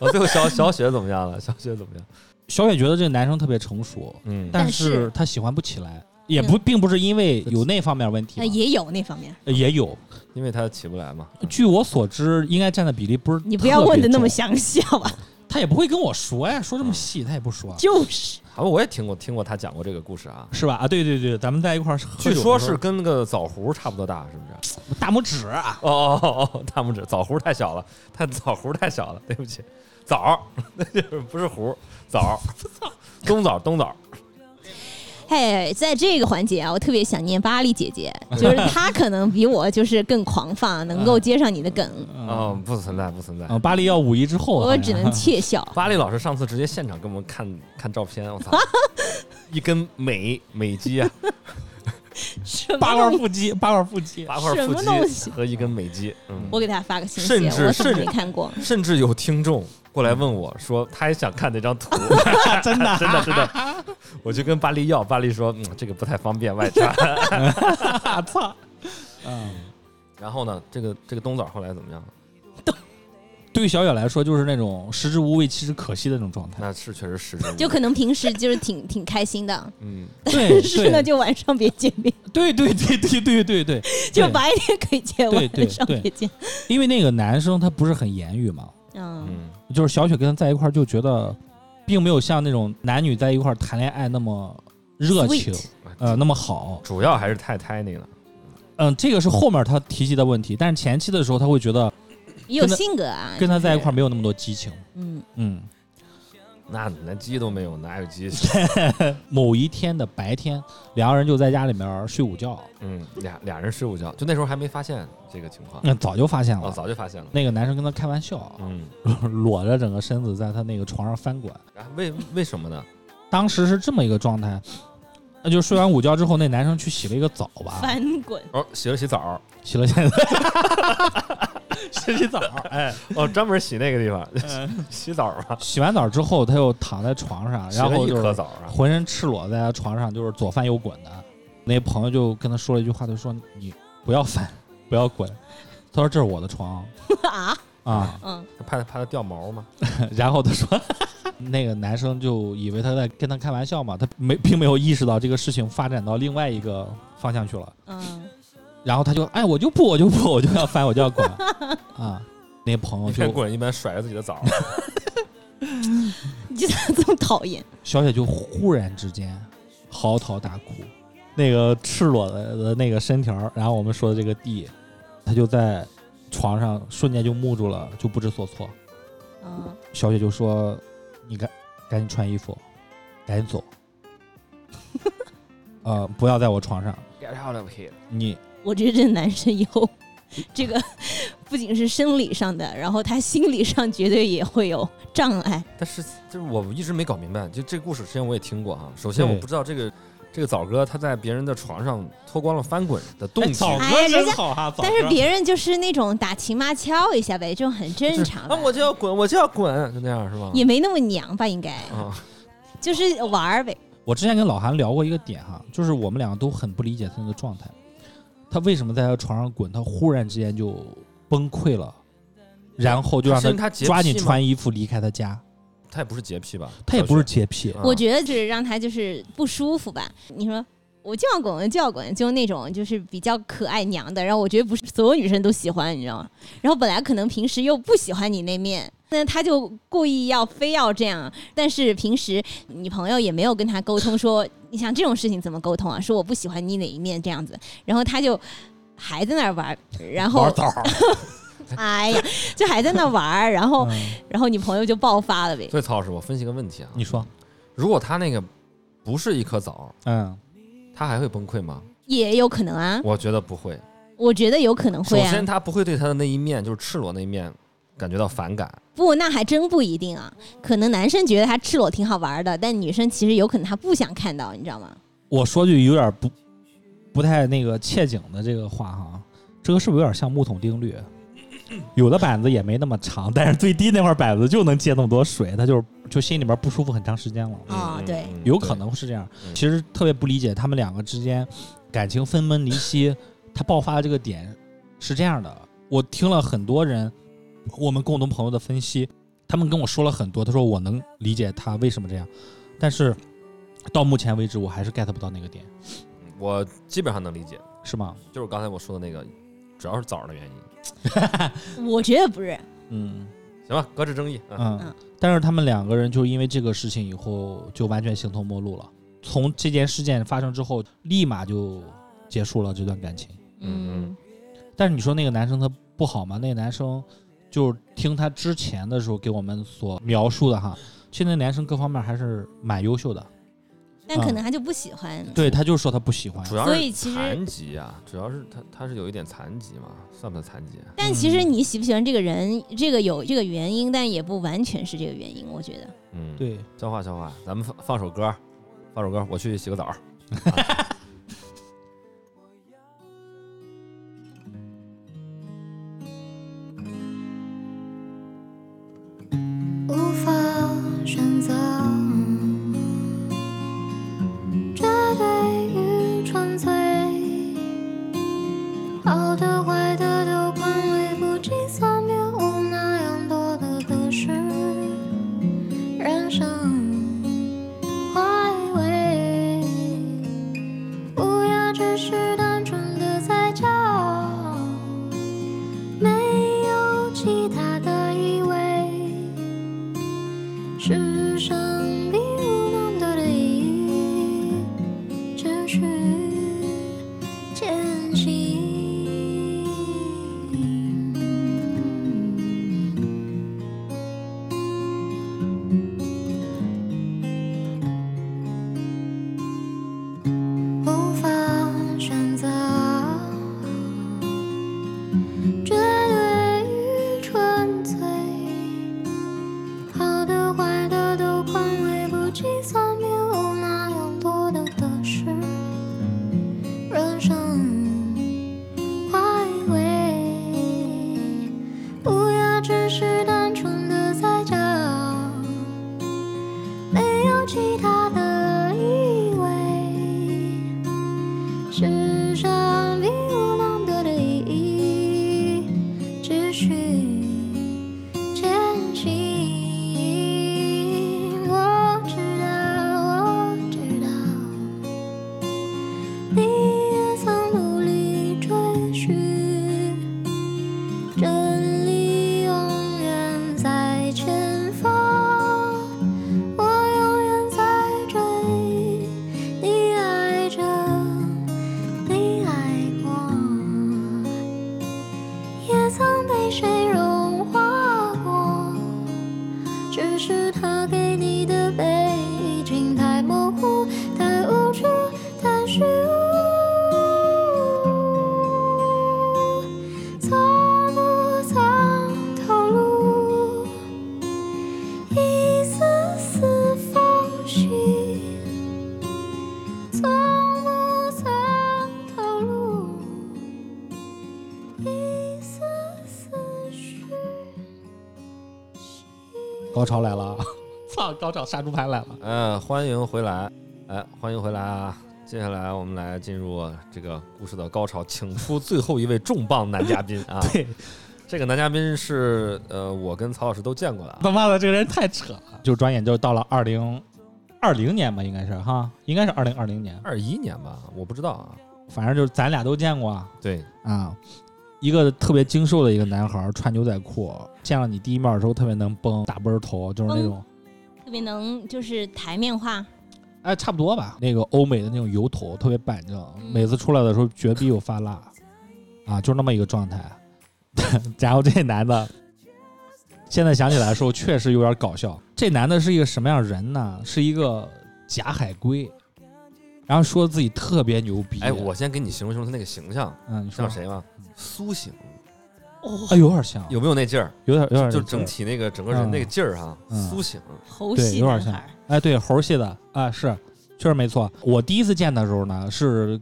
Speaker 3: 哦，最后小小雪怎么样了？小雪怎么样？
Speaker 4: 小雪觉得这个男生特别成熟，
Speaker 3: 嗯，
Speaker 2: 但
Speaker 4: 但
Speaker 2: 是嗯
Speaker 4: 是她喜欢不起来，也不并不是因为有那方面问题
Speaker 2: 那
Speaker 4: 嘛，
Speaker 2: 也有那方面。
Speaker 4: 呃也有。
Speaker 3: 因为他起不来嘛。
Speaker 4: 据我所知，应该占的比例不是
Speaker 2: 你不要问的那么
Speaker 4: 细，
Speaker 2: 详细好吧？
Speaker 4: 他也不会跟我说呀，说这么细他也不说，
Speaker 2: 就是
Speaker 3: 好啊像我也听过听过他讲过这个故事啊，
Speaker 4: 是吧？啊，对对对，咱们在一块儿喝酒
Speaker 3: 据
Speaker 4: 的
Speaker 3: 说
Speaker 4: 时
Speaker 3: 是
Speaker 4: 候
Speaker 3: 跟个枣核差不多大，是不 是？
Speaker 4: 大拇指啊，
Speaker 3: 哦哦哦，大拇指枣核太小了，太枣核太小了，对不起，枣儿， 那就是不是核，枣儿，冬枣冬枣，
Speaker 2: 嘿，在这个环节啊，我特别想念巴黎姐姐，就是她可能比我就是更狂放，能够接上你的梗，
Speaker 3: 啊、嗯，不存在不存在。
Speaker 4: 嗯，巴黎要五一之后，
Speaker 2: 我只 能窃笑。
Speaker 3: 巴力老师上次直接现场给我们看看照片，我操，一根美美肌啊，
Speaker 2: 什么
Speaker 4: 八
Speaker 2: 东
Speaker 4: 块
Speaker 2: 西
Speaker 4: 腹肌，八块腹肌，
Speaker 3: 八块
Speaker 2: 什
Speaker 3: 腹
Speaker 2: 么东
Speaker 3: 肌
Speaker 2: 西
Speaker 3: 和一根美肌，嗯，
Speaker 2: 我给她发个信
Speaker 3: 甚
Speaker 2: 息，
Speaker 3: 至
Speaker 2: 我怎么
Speaker 3: 甚
Speaker 2: 没看过？
Speaker 3: 甚至有听众过来问我说，他也想看那张图，
Speaker 4: 真的啊
Speaker 3: 真的真的，我就跟巴力要，巴力说，嗯，这个不太方便 外传。
Speaker 4: 啊，操，嗯，
Speaker 3: 然后呢，这个这个冬枣后来怎么样？
Speaker 4: 对于小雪来说，就是那种食之无味，弃之可惜的那种状态。
Speaker 3: 那是确实实之无味
Speaker 2: 就可能平时就是挺挺开心的，
Speaker 3: 嗯，
Speaker 4: 对
Speaker 2: 但 是
Speaker 4: 对
Speaker 2: 呢，就晚上别见面，
Speaker 4: 对对对对对对对，
Speaker 2: 就白天可以见，
Speaker 4: 对对
Speaker 2: 晚上别见。
Speaker 4: 因为那个男生他不是很言语嘛，
Speaker 2: 嗯，
Speaker 3: 嗯，
Speaker 4: 就是小雪跟他在一块儿就觉得，并没有像那种男女在一块儿谈恋爱那么热情
Speaker 2: Sweet
Speaker 4: 呃，那么好。
Speaker 3: 主要还是太 tiny 了。
Speaker 4: 嗯，这个是后面他提及的问题，但是前期的时候他会觉得
Speaker 2: 也有
Speaker 4: 跟她
Speaker 2: 性格啊，
Speaker 4: 跟他在一块儿
Speaker 2: 儿，
Speaker 4: 没有那么多激情。
Speaker 2: 嗯，
Speaker 4: 嗯，
Speaker 3: 那你连鸡都没有，哪有鸡？
Speaker 4: 某一天的白天，两个人就在家里面睡午觉，
Speaker 3: 嗯，俩俩人睡午觉，就那时候还没发现这个情况，
Speaker 4: 那早就发现
Speaker 3: 哦，
Speaker 4: 了。
Speaker 3: 早就发现了。
Speaker 4: 那个男生跟他开玩笑，
Speaker 3: 嗯，
Speaker 4: 裸着整个身子在他那个床上翻滚。
Speaker 3: 然后为为什么呢？
Speaker 4: 当时是这么一个状态，那就睡完午觉之后，那男生去洗了一个澡吧，
Speaker 2: 翻滚，
Speaker 3: 哦，洗了 洗澡，
Speaker 4: 洗了现在，洗洗澡，哎，
Speaker 3: 哦，专门洗那个地
Speaker 4: 嗯
Speaker 3: 方， 洗澡嘛，
Speaker 4: 洗完澡之后，他又躺在床上，
Speaker 3: 洗
Speaker 4: 然
Speaker 3: 了
Speaker 4: 后
Speaker 3: 一
Speaker 4: 就
Speaker 3: 颗
Speaker 4: 是
Speaker 3: 澡啊。
Speaker 4: 浑身赤裸在他床上，就是左翻右滚的。那朋友就跟他说了一句话，他说：“你不要翻，不要滚。”他说：“这是我的床。
Speaker 2: 啊，”
Speaker 4: 啊，
Speaker 2: 嗯，
Speaker 3: 怕怕它掉毛嘛。
Speaker 4: 然后他说。那个男生就以为他在跟他开玩笑嘛，他没并没有意识到这个事情发展到另外一个方向去了。
Speaker 2: 嗯，
Speaker 4: 然后他就哎，我就不，我就不，我就要翻，我就要滚啊！那朋友
Speaker 3: 你看
Speaker 4: 就
Speaker 3: 滚一般甩着自己的枣儿，
Speaker 2: 你这这么讨厌？
Speaker 4: 小雪就忽然之间嚎啕大哭，那个赤裸的的那个身条儿，然后我们说的这个地，她就在床上瞬间就木住了，就不知所措。
Speaker 2: 嗯，
Speaker 4: 小雪就说：“你赶赶紧穿衣服，赶 紧走，呃，不要在我床上，
Speaker 3: Get out of here！
Speaker 4: 你
Speaker 2: 我觉得这男生以 后，这个不仅是生理上的，然后他心理上绝对也会有障碍。
Speaker 3: 但是就是我一直没搞明白，就这故事之前我也听过哈。首先
Speaker 4: 对
Speaker 3: 我不知道这个这个枣哥他在别人的床上脱光了翻滚的动机。
Speaker 4: 枣
Speaker 2: 哎
Speaker 4: 哥
Speaker 2: 人
Speaker 4: 真
Speaker 2: 家
Speaker 4: 好哈，枣
Speaker 2: 但是
Speaker 4: 哥
Speaker 2: 别人就是那种打情骂俏一下呗，这种很正
Speaker 3: 就是
Speaker 2: 常
Speaker 3: 啊，
Speaker 2: 吧，
Speaker 3: 我就要滚，我就要滚，就那样是吗？
Speaker 2: 也没那么娘吧，应该
Speaker 3: 啊，
Speaker 2: 就是玩儿呗。
Speaker 4: 我之前跟老韩聊过一个点哈，就是我们两个都很不理解他那个状态，他为什么在他床上滚，他忽然之间就崩溃了，然后就让他
Speaker 3: 是因为他洁癖
Speaker 4: 抓紧
Speaker 3: 吗，
Speaker 4: 穿衣服离开他家，
Speaker 3: 他也不是洁癖吧？
Speaker 4: 他也不是洁癖
Speaker 3: 啊，
Speaker 2: 我觉得就是让他就是不舒服吧。你说我就要滚，我就要滚，就那种就是比较可爱娘的。然后我觉得不是所有女生都喜欢，你知道吗？然后本来可能平时又不喜欢你那面，那他就故意要非要这样。但是平时你朋友也没有跟他沟通说，你想这种事情怎么沟通啊？说我不喜欢你哪一面这样子，然后他就。还在那儿玩儿，然后
Speaker 4: 枣儿，
Speaker 2: 哎呀，就还在那儿玩儿，然后
Speaker 4: 嗯
Speaker 2: 然后你朋友就爆发了呗。
Speaker 3: 所以曹老师，我分析个问题啊，
Speaker 4: 你说，
Speaker 3: 如果他那个不是一颗枣，
Speaker 4: 嗯，
Speaker 3: 他还会崩溃吗？
Speaker 2: 也有可能啊，
Speaker 3: 我觉得不会。
Speaker 2: 我觉得有可能
Speaker 3: 首
Speaker 2: 会啊。
Speaker 3: 先，他不会对他的那一面，就是赤裸那一面，感觉到反感。
Speaker 2: 不，那还真不一定啊。可能男生觉得他赤裸挺好玩的，但女生其实有可能她不想看到，你知道吗？
Speaker 4: 我说句有点不不太那个切景的这个话哈，这个是不是有点像木桶定律？有的板子也没那么长，但是最低那块板子就能接那么多水，他就是就心里边不舒服很长时间了。
Speaker 2: 啊对
Speaker 4: 有可能是这样。
Speaker 3: 嗯
Speaker 4: 其实特别不理解他们两个之间感情分崩离析，他爆发的这个点是这样的。我听了很多人，我们共同朋友的分析，他们跟我说了很多。他说我能理解他为什么这样，但是到目前为止我还是 get 不到那个点，
Speaker 3: 嗯我基本上能理解，
Speaker 4: 是吗？
Speaker 3: 就是刚才我说的那个，主要是枣的原因。
Speaker 2: 我觉得不是，
Speaker 4: 嗯
Speaker 3: 行吧，搁置争议。嗯，
Speaker 4: 嗯。但是他们两个人就因为这个事情以后就完全形同陌路了。从这件事件发生之后，立马就结束了这段感情。
Speaker 3: 嗯
Speaker 2: 嗯
Speaker 3: 嗯，
Speaker 4: 但是你说那个男生他不好吗？那个男生就是听他之前的时候给我们所描述的哈，其实那男生各方面还是蛮优秀的。
Speaker 2: 但
Speaker 4: 啊
Speaker 2: 可能他就不喜欢。
Speaker 4: 对，他就说他不喜欢。
Speaker 3: 主要
Speaker 2: 所以
Speaker 3: 是
Speaker 2: 其实
Speaker 3: 残疾啊，主要是他他是有一点残疾嘛，算不算残疾啊？
Speaker 2: 但其实你喜不喜欢这个人，这个有这个原因，但也不完全是这个原因。我觉得
Speaker 3: 嗯，，
Speaker 4: 对，
Speaker 3: 消化消化，咱们放放首歌，放首歌，我去洗个澡。
Speaker 6: 无法选择，这对于纯粹，好的坏的都宽慰不计算别无那样多的得失，人生怀慰。
Speaker 4: 高潮来了 啊！操，高潮杀猪盘来了。
Speaker 3: 嗯，欢迎回来，哎，欢迎回来啊！接下来我们来进入这个故事的高潮，请出最后一位重磅男嘉宾啊！
Speaker 4: 对，
Speaker 3: 这个男嘉宾是呃，我跟曹老师都见过的啊。
Speaker 4: 他妈的，这个人太扯了。就转眼就到了二零二零年吧，应该是哈，应该是二零二零年，
Speaker 3: 二一年吧，我不知道啊。
Speaker 4: 反正就是咱俩都见过啊
Speaker 3: 对，
Speaker 4: 啊。一个特别精瘦的一个男孩儿，穿牛仔裤，见了你第一面的时候特别能崩，大奔儿头，就是那种，
Speaker 2: 特别能就是台面化，
Speaker 4: 哎，差不多吧。那个欧美的那种油头，特别板正，
Speaker 2: 嗯
Speaker 4: 每次出来的时候绝逼有发蜡，啊，就是那么一个状态。 然后这男的，现在想起来的时候确实有点搞笑。这男的是一个什么样的人呢？是一个假海归，然后说自己特别牛逼。
Speaker 3: 哎，我先给你形容形容他那个形象，
Speaker 4: 嗯，你说
Speaker 3: 像？谁吗？苏醒，
Speaker 4: 哎，有点像，
Speaker 3: 有没有那劲儿？
Speaker 4: 有点有点
Speaker 3: 就
Speaker 4: 那劲
Speaker 3: 整
Speaker 4: 儿
Speaker 3: 体那个整个人
Speaker 4: 嗯
Speaker 3: 那个劲儿哈，
Speaker 4: 嗯
Speaker 3: 苏醒。
Speaker 2: 猴
Speaker 4: 对，
Speaker 2: 系
Speaker 4: 有点
Speaker 2: 男
Speaker 4: 像
Speaker 2: 孩儿。。
Speaker 4: 哎，对，猴系的啊，是，确实没错。我第一次见的时候呢，是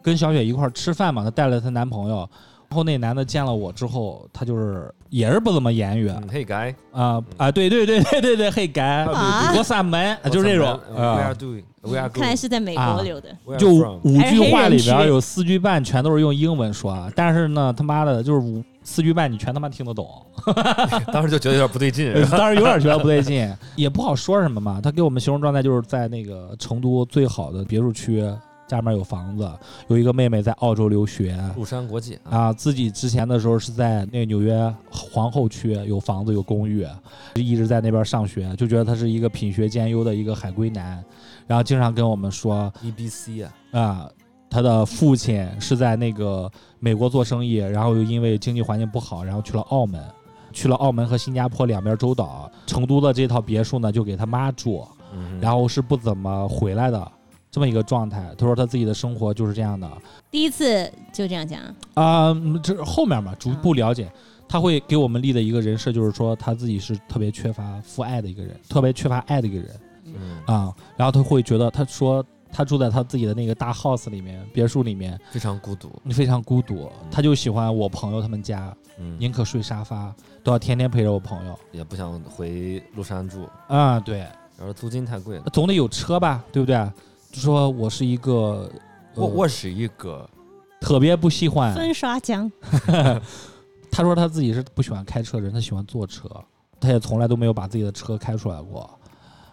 Speaker 4: 跟小雪一块儿吃饭嘛，她带了她男朋友。然后那男的见了我之后，他就是也是不怎么言语啊
Speaker 3: 嗯，Hey 嗯 guy，
Speaker 4: 啊、对对对对对对，嘿改，
Speaker 2: 啊
Speaker 4: 我三门，啊就是这种
Speaker 3: We
Speaker 4: 啊
Speaker 3: 呃 are。doing, we are
Speaker 2: 看来
Speaker 3: going,
Speaker 2: 是在美
Speaker 4: 啊
Speaker 2: 国留的，
Speaker 3: we are
Speaker 4: 就
Speaker 3: from。
Speaker 4: 五句话里
Speaker 2: 还是黑人
Speaker 4: 边
Speaker 2: 区
Speaker 4: 有四句半全都是用英文说啊，但是呢，他妈的，就是五四句半你全他妈听得懂，
Speaker 3: 当时就觉得有点不对劲，啊是吧
Speaker 4: 当时有点觉得 不对劲， 也不好说什么嘛。他给我们形容状态就是在那个成都最好的别墅区，家里面有房子，有一个妹妹在澳洲留学
Speaker 3: 陆山国际啊，
Speaker 4: 啊，自己之前的时候是在那个纽约皇后区有房子有公寓，一直在那边上学，就觉得他是一个品学兼优的一个海归男，然后经常跟我们说
Speaker 3: EBC 啊，
Speaker 4: 啊。他的父亲是在那个美国做生意，然后又因为经济环境不好，然后去了澳门，去了澳门和新加坡两边周岛。成都的这套别墅呢，就给他妈住，
Speaker 3: 嗯
Speaker 4: 然后是不怎么回来的这么一个状态。他说他自己的生活就是这样的
Speaker 2: 第一次就这样讲，
Speaker 4: 啊、嗯这后面嘛，逐步了解。他会给我们立的一个人设，就是说他自己是特别缺乏父爱的一个人，特别缺乏爱的一个人。
Speaker 3: 嗯，
Speaker 4: 啊、然后他会觉得，他说他住在他自己的那个大 house 里面，别墅里面，
Speaker 3: 非常孤独，
Speaker 4: 你非常孤独。他就喜欢我朋友他们家，
Speaker 3: 嗯，
Speaker 4: 宁可睡沙发，都要天天陪着我朋友。
Speaker 3: 也不想回陆山住，
Speaker 4: 啊、对，
Speaker 3: 然后租金太贵了。
Speaker 4: 总得有车吧，对不对？就说我是一个，呃
Speaker 3: 我我是一个，
Speaker 4: 特别不喜欢。
Speaker 2: 分刷奖，
Speaker 4: 他说他自己是不喜欢开车的人，他喜欢坐车，他也从来都没有把自己的车开出来过。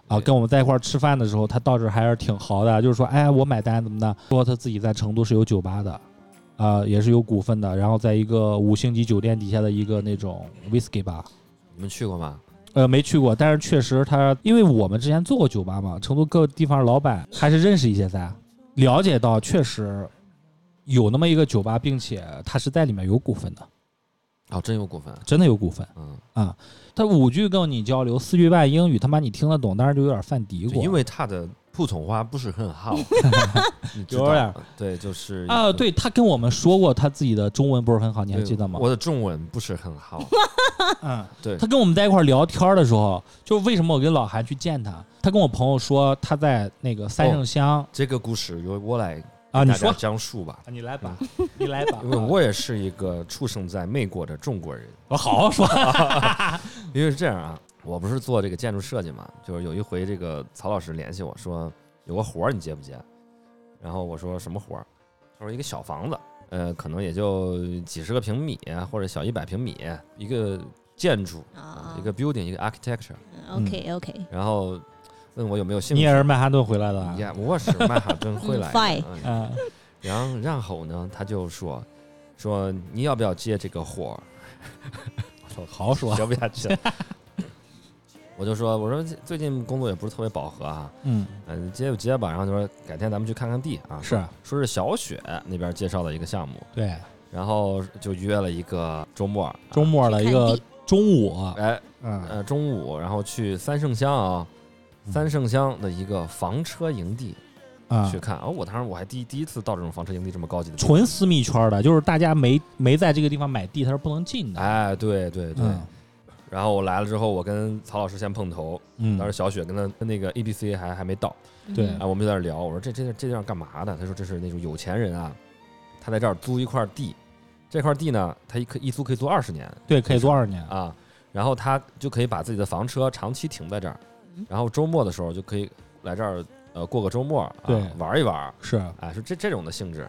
Speaker 4: 啊，
Speaker 3: 对
Speaker 4: 跟我们在一块儿吃饭的时候，他倒是还是挺豪的，就是说，哎，我买单怎么的？说他自己在成都是有酒吧的，啊、也是有股份的，然后在一个五星级酒店底下的一个那种 whisky 吧，
Speaker 3: 你们去过吗？
Speaker 4: 呃，没去过，但是确实他，因为我们之前做过酒吧嘛，成都各个地方老板还是认识一些噻，了解到确实有那么一个酒吧，并且他是在里面有股份的，
Speaker 3: 哦，真有股份，
Speaker 4: 真的有股份。
Speaker 3: 嗯，
Speaker 4: 他五句跟你交流，四句半英语，他妈你听得懂，但是就有点犯嘀
Speaker 3: 就
Speaker 4: 咕。
Speaker 3: 因为他的普通话不是 很好，你知
Speaker 4: 有点
Speaker 3: 道
Speaker 4: 儿，
Speaker 3: 对，就是
Speaker 4: 啊，对他跟我们说过他自己的中文不是很好，你
Speaker 3: 对，
Speaker 4: 还记得吗？
Speaker 3: 我的中文不是很好，
Speaker 4: 嗯，
Speaker 3: 对
Speaker 4: 他跟我们在一块儿聊天的时候，就是为什么我跟老韩去见他，他跟我朋友说他在那个三圣乡、
Speaker 3: 这个故事由我来
Speaker 4: 啊，
Speaker 3: 给
Speaker 4: 你
Speaker 3: 大
Speaker 4: 说
Speaker 3: 家讲述吧。
Speaker 4: 啊你来 吧，你来吧，
Speaker 3: 因为我也是一个出生在美国的中国人，
Speaker 4: 我好好说，
Speaker 3: 因为是这样啊，我不是做这个建筑设计嘛，就是有一回这个曹老师联系我说有个活儿你接不接？然后我说什么活儿？他说一个小房子，呃，可能也就几十个平米啊或者小一百平米，一个建筑，
Speaker 2: 啊嗯
Speaker 3: 一个 building，一个 architecture，
Speaker 2: OK
Speaker 4: 嗯
Speaker 2: OK，
Speaker 3: 然后问我有没有兴
Speaker 4: 你
Speaker 3: 趣
Speaker 4: 也。是曼哈顿回来的啊，
Speaker 3: 呀，我是曼哈顿回来
Speaker 2: 嗯，fine
Speaker 3: 的，嗯
Speaker 4: 嗯，
Speaker 3: 然后然后呢，他就说说你要不要接这个活儿？
Speaker 4: 我好好说，
Speaker 3: 聊不下去了。 我就说，我说最近工作也不是特别饱和啊，
Speaker 4: 嗯，
Speaker 3: 嗯、接就接吧。然后就说改天咱们去看看地啊，
Speaker 4: 是
Speaker 3: 说啊是小雪那边介绍的一个项目，
Speaker 4: 对，
Speaker 3: 然后就约了一个周末，啊
Speaker 4: 周末的一个
Speaker 2: 看地
Speaker 4: 中午，
Speaker 3: 哎
Speaker 4: 嗯，
Speaker 3: 呃中午，然后去三圣乡啊，三圣乡的一个房车营地
Speaker 4: 啊
Speaker 3: 去看。哦，我当时我还第第一次到这种房车营地这么高级的地方，
Speaker 4: 纯私密圈的，就是大家没没在这个地方买地，他是不能进的。
Speaker 3: 哎，对对对。
Speaker 4: 嗯
Speaker 3: 然后我来了之后，我跟曹老师先碰头，
Speaker 4: 嗯，
Speaker 3: 当时小雪跟他跟那个 A B C 还还没到。
Speaker 4: 对
Speaker 2: 嗯
Speaker 3: 哎，我们就在那儿聊，我说这这这地方干嘛的？他说这是那种有钱人啊，他在这儿租一块地，这块地呢，他一可一租可以租二十年
Speaker 4: 对，可以做二十年。
Speaker 3: 啊。然后他就可以把自己的房车长期停在这儿
Speaker 2: 嗯，
Speaker 3: 然后周末的时候就可以来这儿呃过个周末，啊
Speaker 4: 对
Speaker 3: 玩一玩，
Speaker 4: 是
Speaker 3: 啊，是这这种的性质。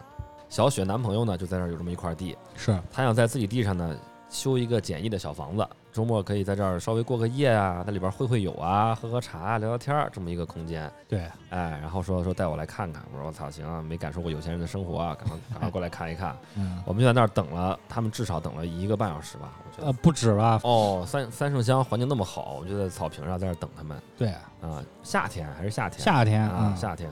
Speaker 3: 小雪男朋友呢就在这儿有这么一块地，
Speaker 4: 是，
Speaker 3: 她想在自己地上呢修一个简易的小房子，周末可以在这儿稍微过个夜啊，在里边会会友啊，喝喝茶啊，聊聊天儿这么一个空间。
Speaker 4: 对，
Speaker 3: 哎，然后说说带我来看看，我说我操行啊，没感受过有钱人的生活啊，赶快赶快过来看一看。
Speaker 4: 嗯，
Speaker 3: 我们就在那儿等了，他们至少等了一个半小时吧，我觉
Speaker 4: 呃，
Speaker 3: 得。
Speaker 4: 不止吧？
Speaker 3: 哦，三三圣乡环境那么好，我就在草坪上在那儿等他们
Speaker 4: 对，
Speaker 3: 啊，夏天还是夏天，
Speaker 4: 夏天
Speaker 3: 啊
Speaker 4: 嗯
Speaker 3: 夏天。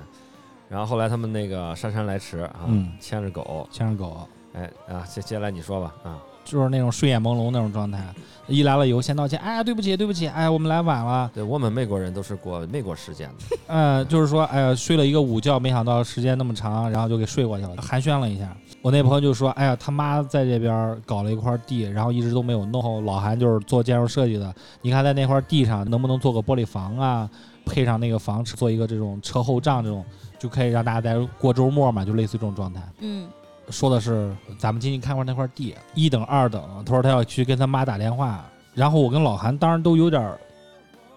Speaker 3: 然后后来他们那个姗姗来迟啊，
Speaker 4: 嗯
Speaker 3: 牵着狗，
Speaker 4: 牵着狗，
Speaker 3: 哎啊，接接下来你说吧啊，
Speaker 4: 就是那种睡眼朦胧那种状态，一来了以后先道歉，哎呀，对不起，对不起，哎呀，我们来晚了，
Speaker 3: 对我们美国人都是过美国时间 的，
Speaker 4: 嗯，就是说，哎呀，睡了一个午觉，没想到时间那么长，然后就给睡过去了，寒暄了一下。我那朋友就说，哎呀，他妈在这边搞了一块地，然后一直都没有弄。后老韩就是做建筑设计的，你看在那块地上能不能做个玻璃房啊，配上那个房做一个这种车后帐这种，就可以让大家在这过周末嘛，就类似于这种状态。
Speaker 2: 嗯，
Speaker 4: 说的是咱们亲戚看过那块地，一等二等，他说他要去跟他妈打电话，然后我跟老韩当然都有点儿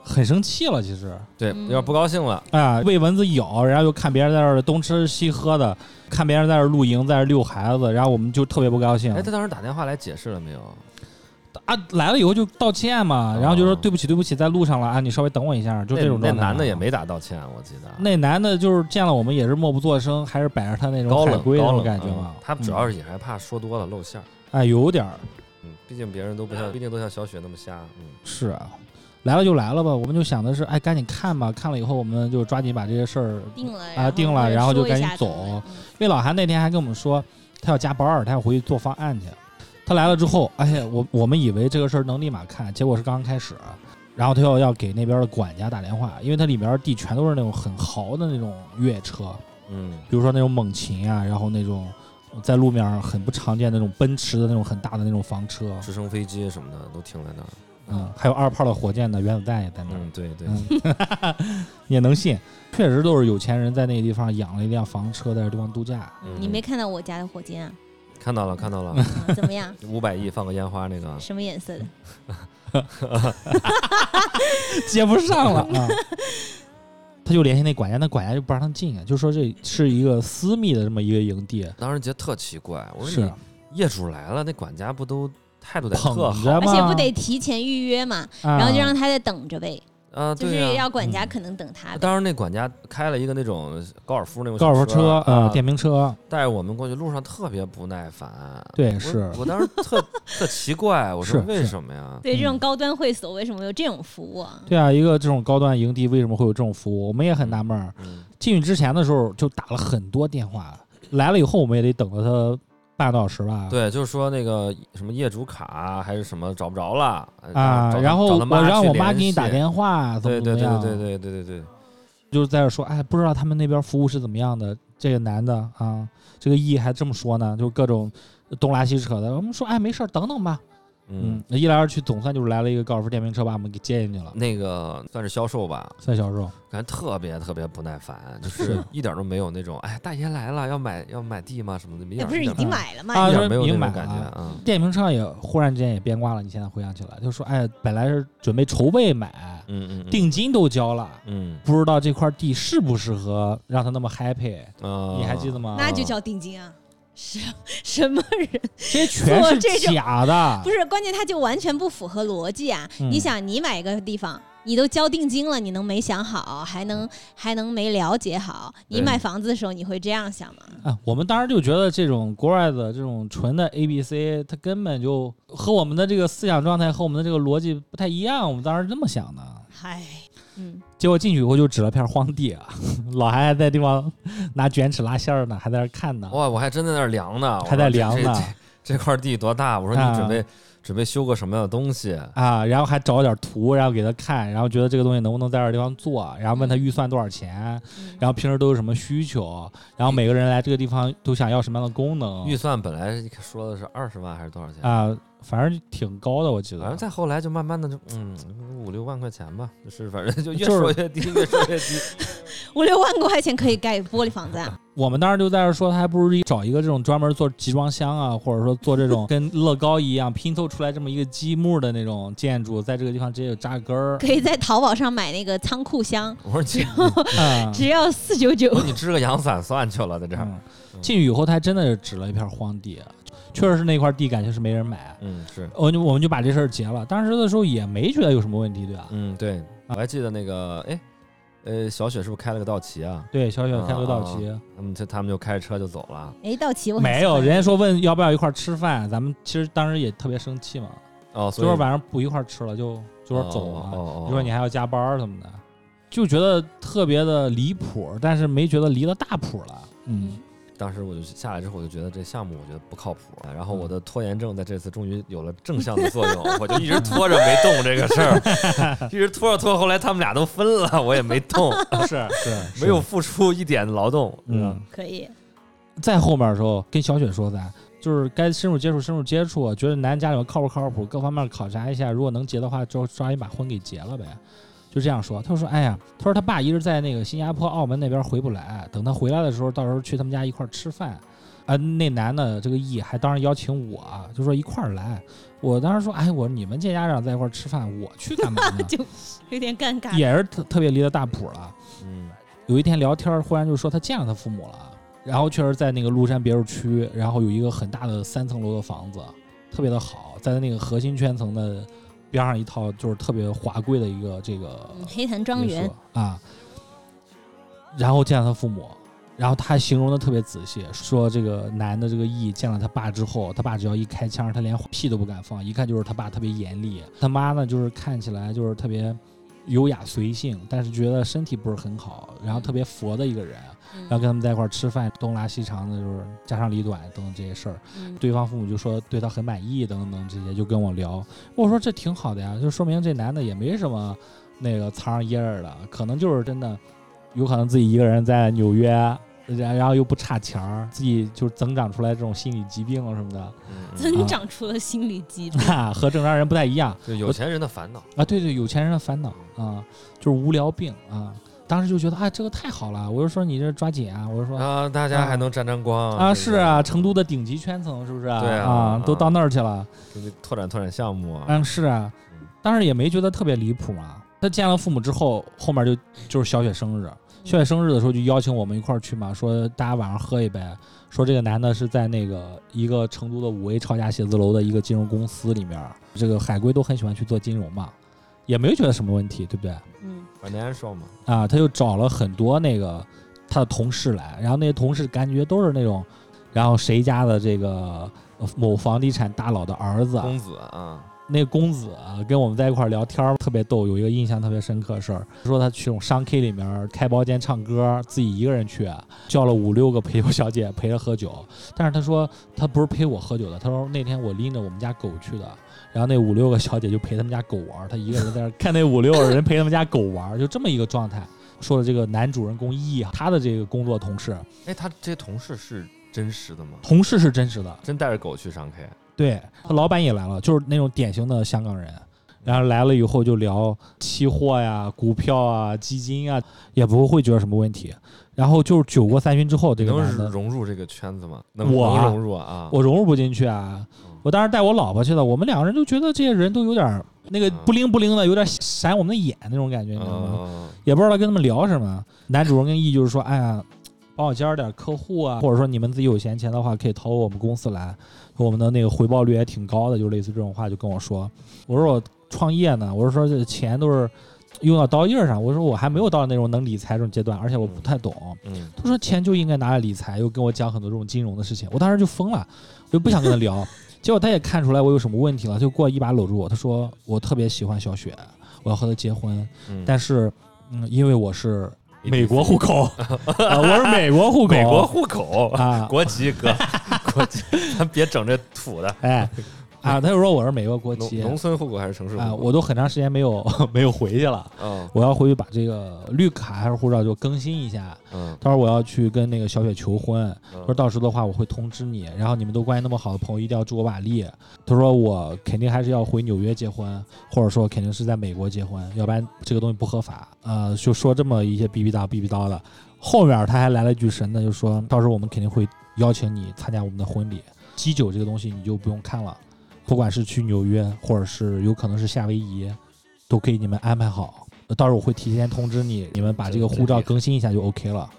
Speaker 4: 很生气了，其实。
Speaker 3: 对，
Speaker 2: 嗯
Speaker 3: 有点不高兴了，
Speaker 4: 啊，喂蚊子咬，然后又看别人在这儿东吃西喝的，看别人在这儿露营，在这儿遛孩子，然后我们就特别不高兴。
Speaker 3: 哎，他当时打电话来解释了没有？
Speaker 4: 啊，来了以后就道歉嘛，然后就说
Speaker 3: 哦
Speaker 4: 对不起，对不起，在路上了啊，你稍微等我一下，就这种
Speaker 3: 那
Speaker 4: 状态。啊
Speaker 3: 那男的也。没打道歉，我记得
Speaker 4: 那男的就是见了我们也是默不作声，还是摆着他那种
Speaker 3: 高
Speaker 4: 海
Speaker 3: 冷
Speaker 4: 龟那
Speaker 3: 高
Speaker 4: 种
Speaker 3: 冷
Speaker 4: 感觉
Speaker 3: 嗯
Speaker 4: 嘛。
Speaker 3: 他主要
Speaker 4: 是
Speaker 3: 是也害怕说多了露馅儿，
Speaker 4: 哎，有点儿
Speaker 3: 嗯，毕竟别人都不像，毕竟都像小雪那么瞎，嗯，
Speaker 4: 是啊，来了就来了吧，我们就想的是，哎，赶紧看吧，看了以后我们就抓紧把这些事儿
Speaker 2: 定了
Speaker 4: 啊定了然
Speaker 2: 然
Speaker 4: 后就
Speaker 2: 说一
Speaker 4: 赶紧
Speaker 2: 下怎么
Speaker 4: 走因为老韩那天还跟我们说，他要加班儿，他要回去做方案去。他来了之后，哎呀，我我们以为这个事儿能立马看，结果是刚刚开始。然后他又要给那边的管家打电话，因为它里面地全都是那种很豪的那种越野车，
Speaker 3: 嗯，
Speaker 4: 比如说那种猛禽啊，然后那种在路面上很不常见的那种奔驰的那种很大的那种房车，
Speaker 3: 直升飞机什么的都停在那儿，
Speaker 4: 嗯，还有二炮的火箭的原子弹也在那儿。
Speaker 3: 嗯，对对，
Speaker 4: 嗯， 也能信，确实都是有钱人在那个地方养了一辆房车，在这地方度假。
Speaker 2: 嗯你没看到我家的火箭啊？
Speaker 3: 看到了看 到了，
Speaker 2: 啊怎么样？
Speaker 3: 五百亿放个烟花那个，
Speaker 2: 什么颜色的？
Speaker 4: 接不上了啊。他就联系那管家，那管家就不让他进啊，就说这是一个私密的这么一个营地，
Speaker 3: 当时觉得特奇怪，我说
Speaker 4: 是
Speaker 3: 你业主来了，那管家不都态度得
Speaker 4: 捧
Speaker 3: 特好
Speaker 4: 着
Speaker 2: 而
Speaker 4: 嘛，
Speaker 2: 且不得提前预约嘛，
Speaker 4: 啊，嗯
Speaker 2: 然后就让他在等着呗，
Speaker 3: 啊？嗯
Speaker 2: 就
Speaker 3: 对
Speaker 2: 是
Speaker 3: 呀、
Speaker 2: 要管家可能等他呗。
Speaker 3: 当时那管家开了一个那种高尔夫那种
Speaker 4: 高尔夫
Speaker 3: 小
Speaker 4: 车
Speaker 3: 啊
Speaker 4: 啊，，电瓶车，
Speaker 3: 带着我们过去，路上特别不耐烦。
Speaker 4: 对
Speaker 3: 我
Speaker 4: 是
Speaker 3: 我当时特特奇怪，我说
Speaker 4: 是
Speaker 3: 为
Speaker 4: 是
Speaker 3: 什么呀？
Speaker 2: 对，这种
Speaker 4: 嗯
Speaker 2: 高端会所为什么有这种服务啊？
Speaker 4: 对啊，一个这种高端营地为什么会有这种服务？我们也很纳闷儿。
Speaker 3: 嗯，
Speaker 4: 进去之前的时候就打了很多电话，来了以后我们也得等了他半个多小时吧。
Speaker 3: 对，就是说那个什么业主卡啊还是什么找不着了呃
Speaker 4: 啊，然后我让我妈给你打
Speaker 3: 话，
Speaker 4: 电话，怎
Speaker 3: 对
Speaker 4: 么怎
Speaker 3: 对
Speaker 4: 么
Speaker 3: 对
Speaker 4: 样？
Speaker 3: 对对对对对，
Speaker 4: 就是在这说，哎，不知道他们那边服务是怎么样的。这个男的啊，这个 E 还这么说呢，就各种东拉西扯的。我们说，哎，没事儿，等等吧。
Speaker 3: 嗯，，
Speaker 4: 一来二去，总算就是来了一个高尔夫电瓶车，把我们给接进去了。
Speaker 3: 那个算是销售吧，
Speaker 4: 算小肉，
Speaker 3: 感觉特别特别不耐烦，就是是一点都没有那种哎大爷来了要买要买地吗什么的，一
Speaker 2: 也
Speaker 3: 点
Speaker 2: 哎不是
Speaker 3: 一
Speaker 2: 已
Speaker 3: 点
Speaker 2: 经买了嘛？
Speaker 4: 啊
Speaker 3: 一
Speaker 4: 就
Speaker 3: 点
Speaker 4: 是
Speaker 3: 没有
Speaker 4: 你
Speaker 3: 那种
Speaker 4: 买
Speaker 3: 感觉
Speaker 4: 了
Speaker 3: 啊。
Speaker 4: 电瓶车也忽然之间也变卦了。你现在回想起来，就说，哎，本来是准备筹备买，
Speaker 3: 嗯嗯嗯，
Speaker 4: 定金都交了，
Speaker 3: 嗯
Speaker 4: 不知道这块地适不适合让他那么 happy。
Speaker 3: 啊，
Speaker 4: 你还记得吗？
Speaker 2: 那就叫定金啊！什什么人？
Speaker 4: 这 全
Speaker 2: 做
Speaker 4: 是
Speaker 2: 这种
Speaker 4: 假的，
Speaker 2: 不是，关键他就完全不符合逻辑啊！
Speaker 4: 啊嗯
Speaker 2: 你想，你买一个地方，你都交定金了，你能没想好，还能还能没了解好？你
Speaker 3: 对
Speaker 2: 买房子的时候，你会这样想吗？
Speaker 4: 啊，我们当时就觉得这种国外的这种纯的 A B C，它根本就和我们的这个思想状态和我们的这个逻辑不太一样。我们当时这么想的，
Speaker 2: 嗨，嗯，
Speaker 4: 结果进去以后就指了片荒地啊， 老韩还在地方拿卷尺拉线儿呢，还在那儿看呢。
Speaker 3: 哇，我还真在那儿量呢，我
Speaker 4: 还在
Speaker 3: 说这
Speaker 4: 量呢
Speaker 3: 这这块地多大？我说
Speaker 4: 啊
Speaker 3: 你准备准备修个什么样的东西？
Speaker 4: 啊，然后还找点图，然后给他看，然后觉得这个东西能不能在这个地方做，然后问他预算多少钱，
Speaker 2: 嗯
Speaker 4: 然后平时都有什么需求，然后每个人来这个地方都想要什么样的功能
Speaker 3: 预算本来说的是二十万还是多少钱？
Speaker 4: 啊，反正挺高的，我记
Speaker 3: 反正
Speaker 4: 得。
Speaker 3: 再后来就慢慢的就嗯五六万块钱吧，就是反正就越
Speaker 4: 就是
Speaker 3: 说越低，越说越低。
Speaker 2: 五六万块钱可以盖玻璃房子啊！
Speaker 4: 我们当时就在这说，他还不如找一个这种专门做集装箱啊，或者说做这种跟乐高一样拼凑出来这么一个积木的那种建筑，在这个地方直接就扎根儿。
Speaker 2: 可以在淘宝上买那个仓库箱，
Speaker 3: 我说你
Speaker 4: 啊
Speaker 2: 只要四九九
Speaker 3: 我。说你支个阳伞算去了，在这儿。
Speaker 4: 嗯进去以后，他还真的是指了一片荒地，确实是那块地感觉是没人买。
Speaker 3: 嗯，是，
Speaker 4: 我就我们就把这事儿结了，当时的时候也没觉得有什么问题，对吧？
Speaker 3: 嗯，对，
Speaker 4: 啊
Speaker 3: 我还记得那个，哎，呃，小雪是不是开了个道奇啊？
Speaker 4: 对，小雪开个道奇，
Speaker 3: 他们就他们就开着车就走了。
Speaker 2: 哎，到齐我很
Speaker 4: 没
Speaker 2: 喜
Speaker 4: 有，
Speaker 2: 欢
Speaker 4: 人家说问要不要一块儿吃饭，咱们其实当时也特别生气嘛，
Speaker 3: 哦，
Speaker 4: 就
Speaker 3: 所
Speaker 4: 是
Speaker 3: 以
Speaker 4: 晚上不一块儿吃了，就就说走了。
Speaker 3: 哦哦哦，
Speaker 4: 就说你还要加班儿什么的，就觉得特别的离谱，但是没觉得离了大谱了。嗯，
Speaker 3: 当时我就下来之后，我就觉得这项目我觉得不靠谱，然后
Speaker 4: 嗯
Speaker 3: 我的拖延症在这次终于有了正向的作用，我就一直拖着没动这个事儿， 一直拖着拖着，后来他们俩都分了，我也没动，
Speaker 4: 是是
Speaker 3: 没有。付出一点劳动，
Speaker 4: 嗯，
Speaker 2: 可以，
Speaker 4: 在后面的时候跟小雪说咱就是该深入接触，深入接触，啊觉得男家里面靠不靠谱，各方面考察一下，如果能结的话，就抓紧把婚给结了呗。就这样说，他说：“哎呀，他说他爸一直在那个新加坡、澳门那边回不来，等他回来的时候，到时候去他们家一块儿吃饭。”啊，那男的这个 E 还当时邀请我，就说一块儿来。我当时说：“哎，我说你们这家长在一块儿吃饭，我去干嘛呢？”
Speaker 2: 就有点尴尬。
Speaker 4: 也是特特别离得大谱了。
Speaker 3: 嗯
Speaker 4: 有一天聊天儿，忽然就说他见了他父母了，然后确实在那个麓山别墅区，然后有一个很大的三层楼的房子，特别的好，在那个核心圈层的边上一套就是特别华贵的一个这个
Speaker 2: 嗯黑檀庄
Speaker 4: 别
Speaker 2: 园
Speaker 4: 墅，啊。然后见了他父母，然后他还形容的特别仔细，说这个男的这个 E 见了他爸之后，他爸只要一开枪，他连屁都不敢放，一看就是他爸特别严厉。他妈呢，就是看起来就是特别优雅随性，但是觉得身体不是很好，然后特别佛的一个人。
Speaker 2: 嗯
Speaker 4: 然后跟他们在一块儿吃饭，东拉西长的，就是家长里短等等这些事儿。
Speaker 2: 嗯
Speaker 4: 对方父母就说对他很满意，等等等这些，就跟我聊。我说这挺好的呀，就说明这男的也没什么那个藏着掖着的，可能就是真的，有可能自己一个人在纽约，然然后又不差钱儿，自己就增长出来这种心理疾病什么的，
Speaker 3: 嗯嗯
Speaker 2: 增长出了心理疾病。
Speaker 4: 哈，和正常人不太一样
Speaker 3: 就有钱人的烦恼，
Speaker 4: 啊。对对，有钱人的烦恼啊，就是无聊病啊。当时就觉得啊，这个太好了，我就说你这抓紧啊，我就说
Speaker 3: 啊，大家还能沾沾光
Speaker 4: 啊，是啊，成
Speaker 3: 都
Speaker 4: 都的顶级圈层是不是啊？
Speaker 3: 对啊
Speaker 4: 啊
Speaker 3: 啊，
Speaker 4: 都到那儿去了。
Speaker 3: 拓展拓展项目啊，
Speaker 4: 嗯，是啊
Speaker 3: 嗯，
Speaker 4: 当时也没觉得特别离谱嘛。他见了父母之后，后面就就是小雪生
Speaker 3: 嗯
Speaker 4: 日，小雪生日的时候就邀请我们一块儿去嘛，说大家晚上喝一杯。说这个男的是在那个一个成都的五 A 超价写字楼的一个金融公司里面，这个海归都很喜欢去做金融嘛，也没觉得什么问题，对不对？
Speaker 2: 嗯，
Speaker 3: financial 嘛，
Speaker 4: 啊，他就找了很多那个他的同事来，然后那些同事感觉都是那种，然后谁家的这个呃某房地产大佬的儿子，
Speaker 3: 公子啊，
Speaker 4: 那个公子啊跟我们在一块儿聊天儿特别逗，有一个印象特别深刻的事儿，说他去那种商 K 里面儿开包间唱歌，自己一个人去，啊叫了五六个陪酒小姐陪他喝酒，但是他说他不是陪我喝酒的，他说那天我拎着我们家狗去的，然后那五六个小姐就陪他们家狗玩儿，他一个人在那儿看那五六个人陪他们家狗玩儿，就这么一个状态。说的这个男主人公 E 啊，他的这个工作同事，
Speaker 3: 哎，他这些同事是真实的吗？
Speaker 4: 同事是真实的，
Speaker 3: 真带着狗去上 K？
Speaker 4: 对他老板也来了，就是那种典型的香港人。然后来了以后就聊期货呀、股票啊、基金啊，也不会觉得什么问题。然后就是酒过三巡之后，这
Speaker 3: 你
Speaker 4: 个
Speaker 3: 能
Speaker 4: 男的
Speaker 3: 融入这个圈子吗？能
Speaker 4: 我啊
Speaker 3: 能融入啊？
Speaker 4: 我融入不进去啊
Speaker 3: 嗯。
Speaker 4: 我当时带我老婆去的，我们两个人就觉得这些人都有点儿那个
Speaker 3: 嗯
Speaker 4: 不灵不灵的，有点闪我们的眼那种感觉，你知道吗？
Speaker 3: 嗯
Speaker 4: 也不知道跟他们聊什么。男主人跟 E 就是说，哎呀，帮我介绍点客户啊，或者说你们自己有闲钱的话，可以投我们公司来，我们的那个回报率也挺高的，就类似这种话就跟我说。我说我创业呢，我是说这钱都是用到刀刃上，我说我还没有到那种能理财这种阶段，而且我不太懂。
Speaker 3: 嗯，
Speaker 4: 他说钱就应该拿来理财，又跟我讲很多这种金融的事情，我当时就疯了，我就不想跟他聊。结果他也看出来我有什么问题了，就过来一把搂住我，他说我特别喜欢小雪，我要和她结婚。
Speaker 3: 嗯
Speaker 4: 但是，嗯，因为我是美国户 口，啊我是美国户口，
Speaker 3: 美国户口
Speaker 4: 啊，
Speaker 3: 国籍哥，国籍，咱别整这土的。
Speaker 4: 哎，啊，他就说我是美国国
Speaker 3: 农
Speaker 4: 籍
Speaker 3: 农村户口还是城市户口？
Speaker 4: 啊，我都很长时间没有 没有回去了，
Speaker 3: 嗯
Speaker 4: 我要回去把这个绿卡还是护照就更新一下。
Speaker 3: 嗯，
Speaker 4: 他说我要去跟那个小雪求婚，
Speaker 3: 嗯
Speaker 4: 他说到时候的话我会通知你，然后你们都关系那么好的朋友一定要祝我瓦力。他说我肯定还是要回纽约结婚，或者说肯定是在美国结婚，要不然这个东西不合法。呃，就说这么一些逼逼叨逼逼叨的。后面他还来了一句神的，就说到时候我们肯定会邀请你参加我们的婚礼，基酒这个东西你就不用看了，不管是去纽约或者是有可能是夏威夷，都给你们安排好。呃到时候我会提前通知你，你们把这个护照更新一下就 OK 了。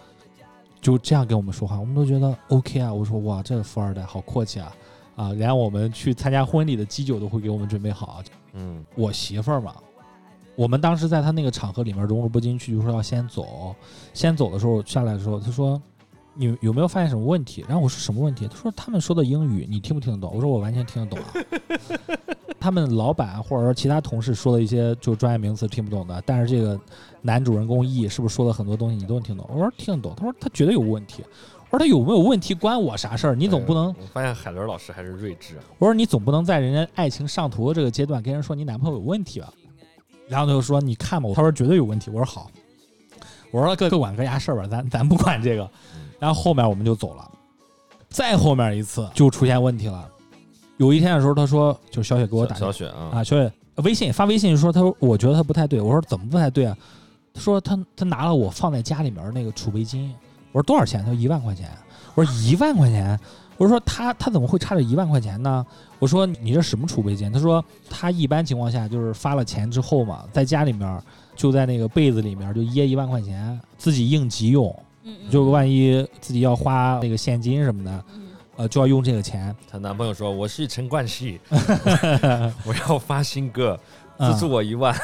Speaker 4: 就这样跟我们说话，我们都觉得 OK 啊。我说哇，这富二代好阔气啊！啊，连我们去参加婚礼的基酒都会给我们准备好。
Speaker 3: 嗯
Speaker 4: 我媳妇儿嘛，我们当时在她那个场合里面融入不进去，就说要先走。先走的时候下来的时候，她说：“你有没有发现什么问题？”然后我说：“什么问题？”她说：“他们说的英语你听不听得懂？”我说：“我完全听得懂啊。” 他们老板或者说其他同事说的一些就专业名词听不懂的，但是这个男主人公 E 是不是说了很多东西你都听懂？我说听得懂。他说他绝对有问题。我说他有没有问题关我啥事儿？你总不能
Speaker 3: 哎我发现海伦老师还是睿智啊。
Speaker 4: 我说你总不能在人家爱情上头的这个阶段跟人说你男朋友有问题吧？然后他就说你看吧，他说绝对有问题。我说好，我说各各管各家事儿吧，咱咱不管这个。 然后后面我们就走了，再后面一次就出现问题了。有一天的时候，他说就小雪给我打电话
Speaker 3: 小小雪啊，
Speaker 4: 啊，小雪微信发微信说，他说我觉得他不太对，我说怎么不太对啊？他说他他拿了我放在家里面那个储备金，我说多少钱？他说一万块钱，我说一万块钱，我说他他怎么会差这一万块钱呢？我说你这什么储备金？他说他一般情况下就是发了钱之后嘛，在家里面就在那个被子里面就掖一万块钱，自己应急用，
Speaker 2: 嗯嗯
Speaker 4: 就万一自己要花那个现金什么的，
Speaker 2: 嗯
Speaker 4: 呃，就要用这个钱。
Speaker 3: 她男朋友说：“我是陈 冠希， 我要发新歌，
Speaker 4: 嗯
Speaker 3: 资助我一万。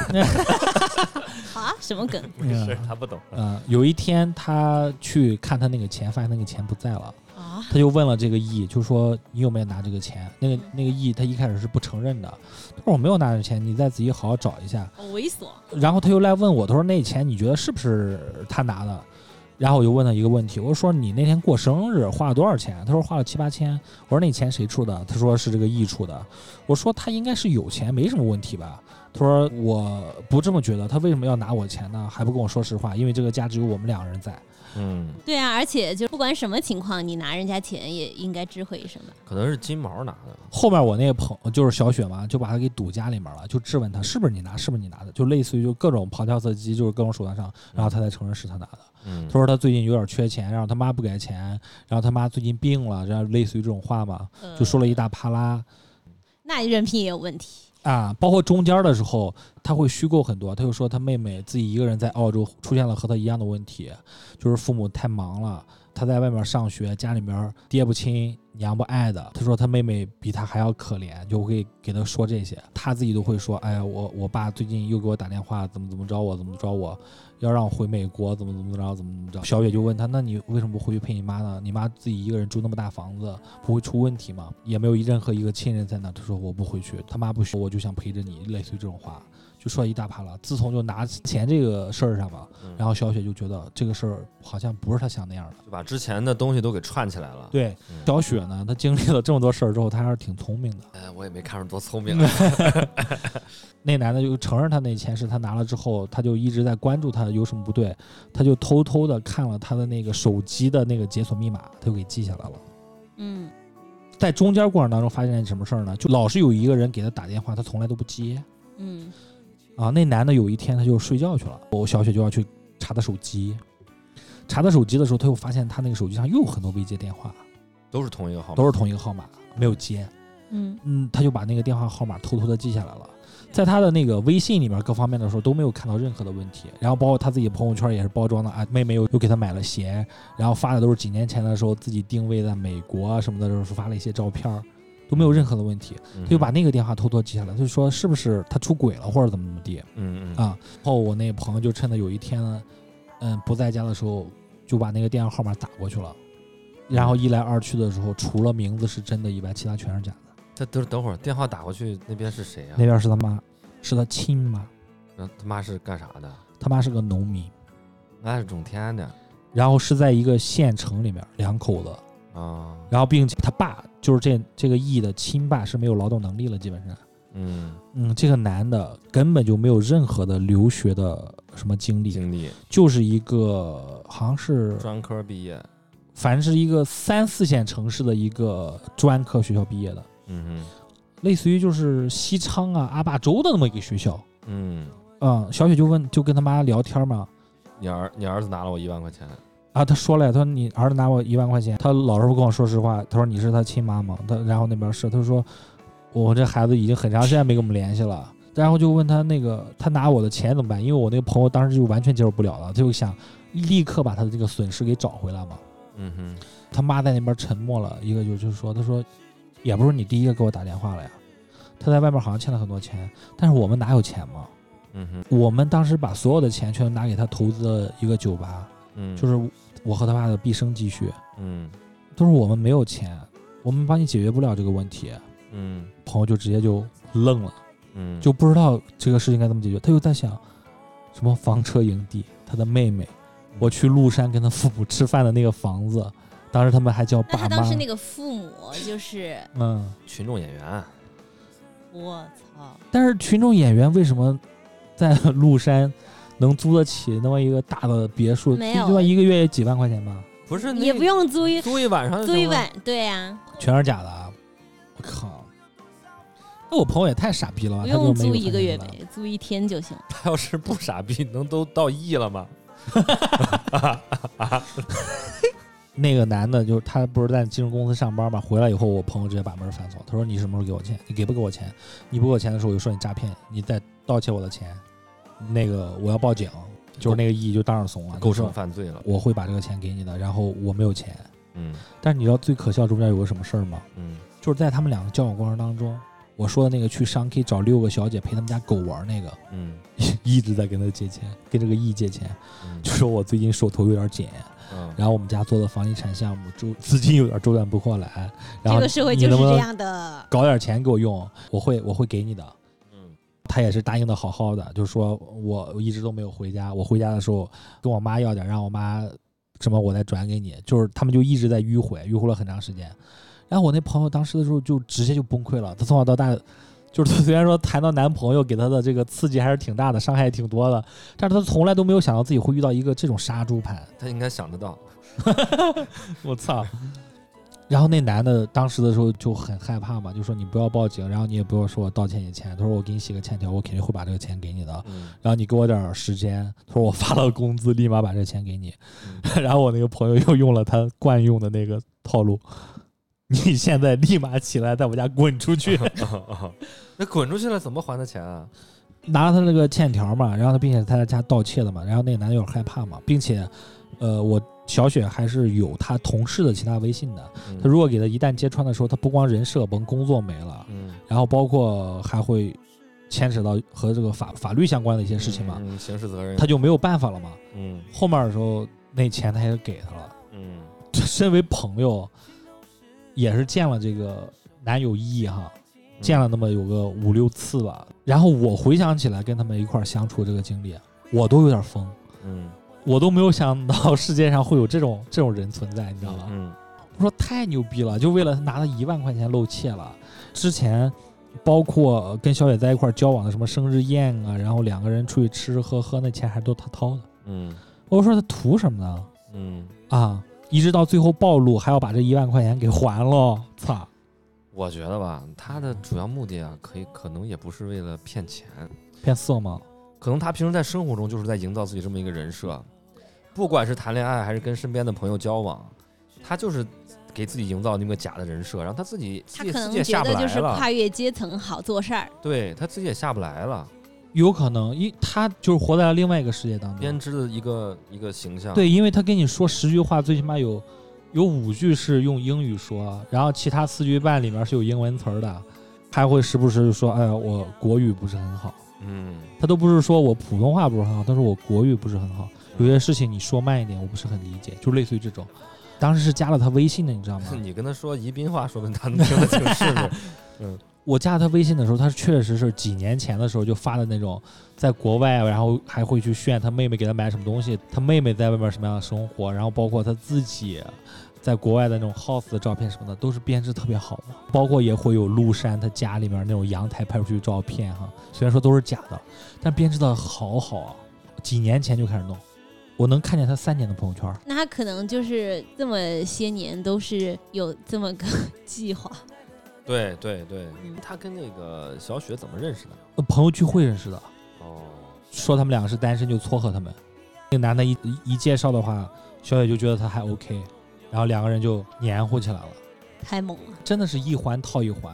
Speaker 2: 好啊，什么梗？
Speaker 3: 没事，他不懂。
Speaker 4: 嗯，有一天他去看他那个钱，发现那个钱不在了，
Speaker 2: 啊，
Speaker 4: 他就问了这个 E，就说你有没有拿这个钱？那个那个 E 他一开始是不承认的，他说我没有拿这钱，你再仔细好好找一下。
Speaker 2: 好猥琐。
Speaker 4: 然后他又来问我，他说那钱你觉得是不是他拿的？然后我就问他一个问题，我说你那天过生日花了多少钱？他说花了七八千。我说那钱谁出的？他说是这个 E 出的。我说他应该是有钱，没什么问题吧？他说我不这么觉得，他为什么要拿我钱呢？还不跟我说实话，因为这个家只有我们两个人在。
Speaker 3: 嗯，
Speaker 2: 对啊，而且就不管什么情况，你拿人家钱也应该知会一声吧。
Speaker 3: 可能是金毛拿的。
Speaker 4: 后面我那个朋就是小雪嘛，就把他给堵家里面了，就质问他是不是你拿，是不是你拿的，就类似于就各种旁敲侧击，就是各种手段上，然后他才承认是他拿的。
Speaker 3: 嗯
Speaker 4: 他，说他最近有点缺钱，然后他妈不给钱，然后他妈最近病了，然后类似于这种话嘛，
Speaker 2: 呃
Speaker 4: 就说了一大啪啦
Speaker 2: 那人品也有问题。
Speaker 4: 啊。包括中间的时候，他会虚构很多，他就说他妹妹自己一个人在澳洲出现了和他一样的问题，就是父母太忙了，他在外面上学，家里面爹不亲娘不爱的。他说他妹妹比他还要可怜，就会给他说这些，他自己都会说，哎呀，我我爸最近又给我打电话，怎么怎么着我，怎么着我。要让我回美国，怎么怎么着，怎么怎么着。小雪就问他，那你为什么不回去陪你妈呢？你妈自己一个人住那么大房子，不会出问题吗？也没有任何一个亲人在那。他说我不回去，他妈不许，我就想陪着你，类似于这种话，就说一大趴了。自从就拿钱这个事儿上吧，
Speaker 3: 嗯
Speaker 4: 然后小雪就觉得这个事儿好像不是她想那样的。
Speaker 3: 就把之前的东西都给串起来了。，
Speaker 4: 对，小雪呢，她经历了这么多事儿之后，她还是挺聪明的。
Speaker 3: 哎，我也没看出多 聪明来。啊
Speaker 4: 那男的就承认他那钱是他拿了之后，他就一直在关注他有什么不对，他就偷偷的看了他的那个手机的那个解锁密码，他就给记下来了。
Speaker 2: 嗯，
Speaker 4: 在中间过程当中发现什么事儿呢？就老是有一个人给他打电话，他从来都不接
Speaker 2: 嗯，
Speaker 4: 啊。那男的有一天他就睡觉去了，我小雪就要去查他手机，查他手机的时候，他又发现他那个手机上又有很多未接电话，
Speaker 3: 都是同一个号码，
Speaker 4: 都是同一个号码，没有接。
Speaker 2: 嗯，
Speaker 4: 嗯，他就把那个电话号码偷偷的记下来了。在他的那个微信里面各方面的时候都没有看到任何的问题，然后包括他自己朋友圈也是包装的啊，妹妹又又给他买了鞋，然后发的都是几年前的时候自己定位在美国啊什么的时候发了一些照片儿，都没有任何的问题，
Speaker 3: 嗯
Speaker 4: 他就把那个电话偷偷记下来，就说是不是他出轨了或者怎么怎么地。
Speaker 3: 嗯嗯
Speaker 4: 啊然后我那个朋友就趁着有一天，嗯不在家的时候，就把那个电话号码打过去了，然后一来二去的时候，除了名字是真的以外，其他全是假的。
Speaker 3: 这等等会儿电话打过去，那边是谁呀啊
Speaker 4: 那？边是他妈，是他亲妈，
Speaker 3: 然后他妈是干啥的？
Speaker 4: 他妈是个农民，
Speaker 3: 那是种田的。
Speaker 4: 然后是在一个县城里面，两口子
Speaker 3: 啊，
Speaker 4: 然后并且他爸就是这这个 E 的亲爸是没有劳动能力了，基本上。
Speaker 3: 嗯，
Speaker 4: 嗯，这个男的根本就没有任何的留学的什么经历，
Speaker 3: 经历
Speaker 4: 就是一个好像是
Speaker 3: 专科毕业，
Speaker 4: 凡是一个三四线城市的一个专科学校毕业的，
Speaker 3: 嗯
Speaker 4: 类似于就是西昌啊、阿坝州的那么一个学校。
Speaker 3: 哼，嗯，
Speaker 4: 嗯，小雪就问，就跟他妈聊天嘛，
Speaker 3: 你儿你儿子拿了我一万块钱，
Speaker 4: 啊，他说了，他说你儿子拿我一万块钱，他老师傅跟我说实话，他说你是他亲妈吗？他然后那边是，他说我这孩子已经很长时间没跟我们联系了，然后就问他那个他拿我的钱怎么办？因为我那个朋友当时就完全接受不了了，他就想立刻把他的这个损失给找回来嘛。
Speaker 3: 嗯哼，
Speaker 4: 他妈在那边沉默了一个，就就是说，他说也不是你第一个给我打电话了呀，他在外面好像欠了很多钱，但是我们哪有钱嘛？
Speaker 3: 嗯哼，
Speaker 4: 我们当时把所有的钱全拿给他投资了一个酒吧，
Speaker 3: 嗯，
Speaker 4: 就，是我和他爸的毕生积蓄。
Speaker 3: 嗯
Speaker 4: 都是我们没有钱，我们帮你解决不了这个问题。
Speaker 3: 嗯
Speaker 4: 朋友就直接就愣了，
Speaker 3: 嗯，
Speaker 4: 就不知道这个事情该怎么解决。他又在想，什么房车营地，他的妹妹，我去麓山跟他父母吃饭的那个房子，当时他们还叫
Speaker 2: 那
Speaker 4: 爸
Speaker 2: 他
Speaker 4: 妈
Speaker 2: 当。时那个父母就是
Speaker 4: 嗯，
Speaker 3: 群众演员，啊
Speaker 2: 我操，
Speaker 4: 但是群众演员为什么在麓山能租得起那么一个大的别墅？
Speaker 2: 没有哎
Speaker 4: 最起码一个月也几万块钱吧？
Speaker 3: 不是
Speaker 2: 也不用租一
Speaker 3: 租一晚上就
Speaker 2: 租一
Speaker 3: 行了，
Speaker 2: 晚，对呀、
Speaker 4: 全是假的啊！我靠！那我朋友也太傻逼了吧？
Speaker 2: 不
Speaker 4: 他就
Speaker 2: 用
Speaker 4: 没有
Speaker 2: 租
Speaker 4: 参
Speaker 2: 一
Speaker 4: 加
Speaker 2: 个月
Speaker 4: 了
Speaker 2: 呗，租一天就行。
Speaker 3: 他要是不傻逼，能都到亿了吗？
Speaker 4: 那个男的，就是他不是在金融公司上班嘛？回来以后，我朋友直接把门反锁。他说：“你什么时候给我钱？你给不给我钱？你不给我钱的时候，我就说你诈骗，你再盗窃我的钱，那个我要报警。”就是那个 E 就当然怂了，
Speaker 3: 构
Speaker 4: 就说
Speaker 3: 成犯罪了，
Speaker 4: 我会把这个钱给你的，然后我没有钱。
Speaker 3: 嗯
Speaker 4: 但是你知道最可笑中间有个什么事儿吗？
Speaker 3: 嗯
Speaker 4: 就是在他们两个交往过程当中，我说的那个去商 K 找六个小姐陪他们家狗玩儿那个，
Speaker 3: 嗯
Speaker 4: 一直在跟他借钱，跟这个 E 借钱，
Speaker 3: 嗯
Speaker 4: 就说我最近手头有点紧，
Speaker 3: 嗯
Speaker 4: 然后我们家做的房地产项目周资金有点周转不过来，然
Speaker 2: 这
Speaker 4: 后
Speaker 2: 个社会
Speaker 4: 你
Speaker 2: 就是
Speaker 4: 能不
Speaker 2: 这
Speaker 4: 能
Speaker 2: 样的。
Speaker 4: 搞点钱给我用？我会我会给你的。
Speaker 3: 嗯
Speaker 4: 他也是答应的好好的，就是说我一直都没有回家，我回家的时候跟我妈要点，让我妈什么我再转给你，就是他们就一直在迂回，迂回了很长时间。然后我那朋友当时的时候就直接就崩溃了，他从小到大。 就是虽然说谈到男朋友给他的这个刺激还是挺大的，伤害也挺多的，但是他从来都没有想到自己会遇到一个这种杀猪盘，
Speaker 3: 他应该想 得到，
Speaker 4: 我操！然后那男的当时的时候就很害怕嘛，就说你不要报警，然后你也不要说我盗窃你钱。他说我给你写个欠条，我肯定会把这个钱给你的。
Speaker 3: 嗯
Speaker 4: 然后你给我点儿时间，他说我发了工资立马把这钱给你。
Speaker 3: 嗯
Speaker 4: 然后我那个朋友又用了他惯用的那个套路，你现在立马起来，在我家滚出 去！
Speaker 3: 那滚出去了怎么还的钱啊？
Speaker 4: 拿了他那个欠条嘛，然后他并且他在家盗窃的嘛，然后那个男的有点害怕嘛，并且，呃，我小雪还是有他同事的其他微信的，
Speaker 3: 嗯
Speaker 4: 他如果给他一旦揭穿的时候，他不光人设崩，工作没了，
Speaker 3: 嗯
Speaker 4: 然后包括还会牵扯到和这个法法律相关的一些事情嘛，
Speaker 3: 嗯，刑事责任，
Speaker 4: 他就没有办法了嘛。
Speaker 3: 嗯
Speaker 4: 后面的时候，那钱他也给他了。
Speaker 3: 嗯
Speaker 4: 身为朋友，也是见了这个男友一哈，
Speaker 3: 嗯
Speaker 4: 见了那么有个五六次吧。然后我回想起来跟他们一块儿相处这个经历，我都有点疯，
Speaker 3: 嗯，
Speaker 4: 我都没有想到世界上会有这种这种人存在，你知道吗？
Speaker 3: 嗯
Speaker 4: 我说太牛逼了，就为了拿了一万块钱露怯了。之前包括跟小雪在一块儿交往的什么生日宴啊，然后两个人出去吃吃喝喝，那钱还都他掏的。
Speaker 3: 嗯
Speaker 4: 我说他图什么呢？
Speaker 3: 嗯，
Speaker 4: 啊，一直到最后暴露，还要把这一万块钱给还了。操！
Speaker 3: 我觉得吧，他的主要目的啊，可以可能也不是为了骗钱，
Speaker 4: 变色盲，
Speaker 3: 可能他平时在生活中就是在营造自己这么一个人设，不管是谈恋爱还是跟身边的朋友交往，他就是给自己营造那个假的人设，然后他自己
Speaker 2: 他
Speaker 3: 自己
Speaker 2: 可
Speaker 3: 自己
Speaker 2: 能
Speaker 3: 也
Speaker 2: 觉
Speaker 3: 下不
Speaker 2: 得
Speaker 3: 来
Speaker 2: 就是
Speaker 3: 了，
Speaker 2: 跨越阶层好做事儿，
Speaker 3: 对他自己也下不来了，
Speaker 4: 有可能，因他就是活在了另外一个世界当
Speaker 3: 编
Speaker 4: 中。
Speaker 3: 织的一个一个形象，
Speaker 4: 对，因为他跟你说十句话，最起码有有五句是用英语说，啊然后其他四句半里面是有英文词儿的，还会时不时就说：“哎呀，我国语不是很好。”
Speaker 3: 嗯，？
Speaker 4: 他都不是说我普通话不是很好，他说我国语不是很好，有些事情你说慢一点，我不是很理解，就类似于这种。当时是加了他微信的，你知道吗
Speaker 3: 你跟他说宜宾话，说不定他能听得挺顺的。
Speaker 4: 我加他微信的时候，他确实是几年前的时候就发的那种，在国外，然后还会去炫他妹妹给他买什么东西，他妹妹在外面什么样的生活，然后包括他自己，在国外的那种 house 的照片什么的，都是编织特别好的，包括也会有陆山他家里面那种阳台拍出去照片哈，虽然说都是假的，但编织的好好啊，几年前就开始弄，我能看见他三年的朋友圈儿。
Speaker 2: 那他可能就是这么些年都是有这么个 计划。
Speaker 3: 对对对
Speaker 2: 嗯，
Speaker 3: 他跟那个小雪怎么认识的？
Speaker 4: 呃朋友聚会认识的，
Speaker 3: 哦，
Speaker 4: 说他们两个是单身就撮合他们。那个男的一一介绍的话，小野就觉得他还 OK，然后两个人就黏糊起来了，
Speaker 2: 太猛了，
Speaker 4: 真的是一环套一环。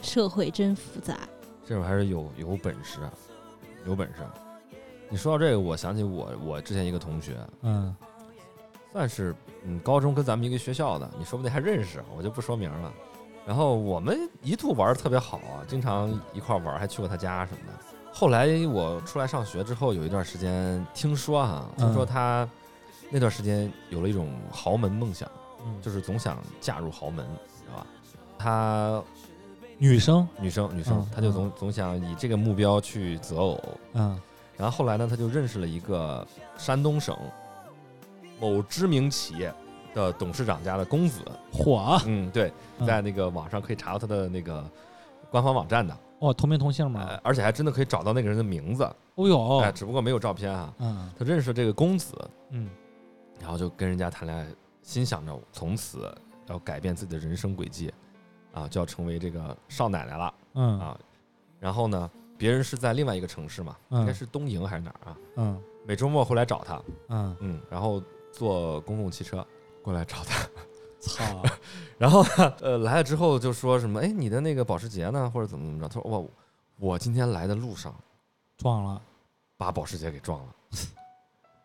Speaker 2: 社会真复杂。
Speaker 3: 这种还是有有本事啊，有本事啊。你说到这个，我想起我我之前一个同学，
Speaker 4: 嗯，
Speaker 3: 算是嗯高中跟咱们一个学校的，你说不定还认识，我就不说名了。然后我们一度玩的特别好啊，经常一块儿玩，还去过他家什么的。后来我出来上学之后，有一段时间听说哈、
Speaker 4: 嗯
Speaker 3: 听说啊他那段时间有了一种豪门梦想，就是是总想嫁入豪门，你知道吧？他
Speaker 4: 女生，
Speaker 3: 女生女生
Speaker 4: 嗯，
Speaker 3: 她就总总想以这个目标去择偶。
Speaker 4: 嗯
Speaker 3: 然后后来呢，她就认识了一个山东省某知名企业的董事长家的公子，
Speaker 4: 火
Speaker 3: 嗯，对，
Speaker 4: 嗯
Speaker 3: 在那个网上可以查到他的那个官方网站的，
Speaker 4: 哦，同名同姓嘛。
Speaker 3: 呃，而且还真的可以找到那个人的名字，
Speaker 4: 哦呦，
Speaker 3: 哎，只不过没有照片啊。
Speaker 4: 嗯
Speaker 3: 他认识这个公子，
Speaker 4: 嗯，
Speaker 3: 然后就跟人家谈恋爱，心想着从此要改变自己的人生轨迹，啊，就要成为这个少奶奶了
Speaker 4: 嗯
Speaker 3: 啊。然后呢，别人是在另外一个城市嘛，
Speaker 4: 嗯
Speaker 3: 应该是东营还是哪儿啊？
Speaker 4: 嗯
Speaker 3: 每周末会来找他，
Speaker 4: 嗯，
Speaker 3: 嗯，然后坐公共汽车过来找他。
Speaker 4: 操，
Speaker 3: 然后呢，呃，来了之后就说什么，哎，你的那个保时捷呢，或者怎么怎么着？他说，我我今天来的路上
Speaker 4: 撞了，
Speaker 3: 把保时捷给撞了，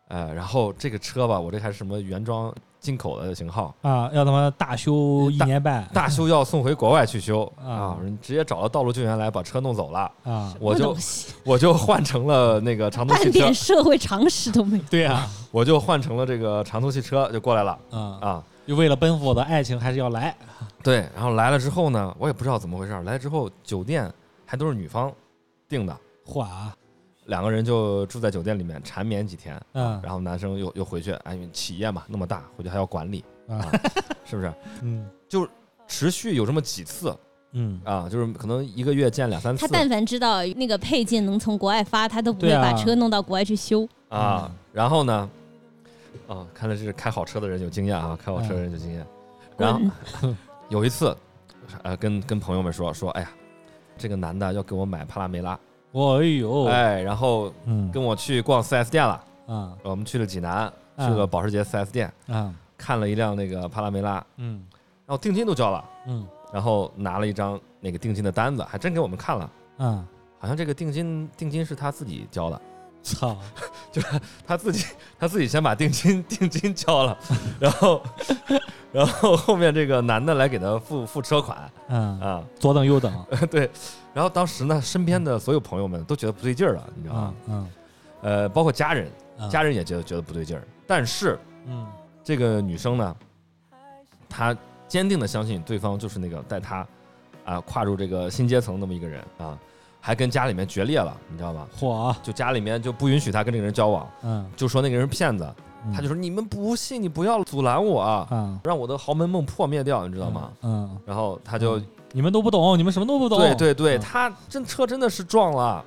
Speaker 3: 呃，然后这个车吧，我这还是什么原装进口的型号，
Speaker 4: 啊，要他妈大修一
Speaker 3: 大
Speaker 4: 年半，
Speaker 3: 大修要送回国外去修
Speaker 4: 啊
Speaker 3: 啊，人直接找到道路救援来把车弄走了，
Speaker 4: 啊，
Speaker 3: 我
Speaker 2: 什么
Speaker 3: 就
Speaker 2: 东西
Speaker 3: 我就换成了那个长途汽
Speaker 2: 半
Speaker 3: 车
Speaker 2: 点，社会常识都没有。
Speaker 4: 对呀，
Speaker 3: 我就换成了这个长途汽车就过来了
Speaker 4: 啊，
Speaker 3: 啊，
Speaker 4: 就为了奔赴我的爱情，还是要来，
Speaker 3: 对，然后来了之后呢，我也不知道怎么回事儿，来之后酒店还都是女方订的。
Speaker 4: 嚯啊，
Speaker 3: 两个人就住在酒店里面缠绵几天，
Speaker 4: 嗯
Speaker 3: 然后男生又又回去，哎，因为企业嘛那么大，回去还要管理，
Speaker 4: 啊，
Speaker 3: 是不是？
Speaker 4: 嗯
Speaker 3: 持续有这么几次
Speaker 4: 嗯，
Speaker 3: 啊，就是可能一个月见两三
Speaker 2: 他
Speaker 3: 次
Speaker 2: 但凡知道那个配件能从国外发，他都不会
Speaker 4: 对啊
Speaker 2: 把车弄到国外去修。
Speaker 3: 啊
Speaker 4: 嗯。
Speaker 3: 然后呢，啊，看来这是开好车的人有经验啊，开好车的人有经验。然后
Speaker 2: 嗯滚！
Speaker 3: 有一次，呃，跟跟朋友们说说，哎呀，这个男的要给我买帕拉梅拉，
Speaker 4: 我哎呦，
Speaker 3: 哎，然后
Speaker 4: 嗯
Speaker 3: 跟我去逛 4S 店了，
Speaker 4: 啊
Speaker 3: 我们去了济南，去
Speaker 4: 嗯
Speaker 3: 了保时捷 4S 店，
Speaker 4: 啊，
Speaker 3: 看了一辆那个帕拉梅拉，然
Speaker 4: 嗯
Speaker 3: 后定金都交了。
Speaker 4: 嗯
Speaker 3: 然后拿了一张那个定金的单子，还真给我们看了，
Speaker 4: 啊，
Speaker 3: 好像这个定金定金是他自己交的，
Speaker 4: 操，
Speaker 3: 他自己他自己先把定金定金交了，然后然后后面这个男的来给他付付车款
Speaker 4: 嗯，
Speaker 3: 啊，
Speaker 4: 左等右等
Speaker 3: 对，然后当时呢，身边的所有朋友们都觉得不对劲儿了，你知道
Speaker 4: 啊
Speaker 3: 吗？
Speaker 4: 嗯
Speaker 3: 呃，包括家人，
Speaker 4: 嗯
Speaker 3: 家人也觉得觉得不对劲儿，但是
Speaker 4: 嗯
Speaker 3: 这个女生呢，她坚定的相信对方就是那个带她啊跨入这个新阶层那么一个人啊，还跟家里面决裂了，你知道吧？
Speaker 4: 嚯，
Speaker 3: 就家里面就不允许她跟这个人交往，
Speaker 4: 嗯，
Speaker 3: 就说那个人是骗子，
Speaker 4: 嗯
Speaker 3: 她就说你们不信，你不要阻拦我啊，
Speaker 4: 啊，
Speaker 3: 让我的豪门梦破灭掉，你知道吗？
Speaker 4: 嗯，
Speaker 3: 然后她就
Speaker 4: 嗯你们都不懂，你们什么都不懂，
Speaker 3: 对对对，
Speaker 4: 嗯
Speaker 3: 她真车真的是撞了，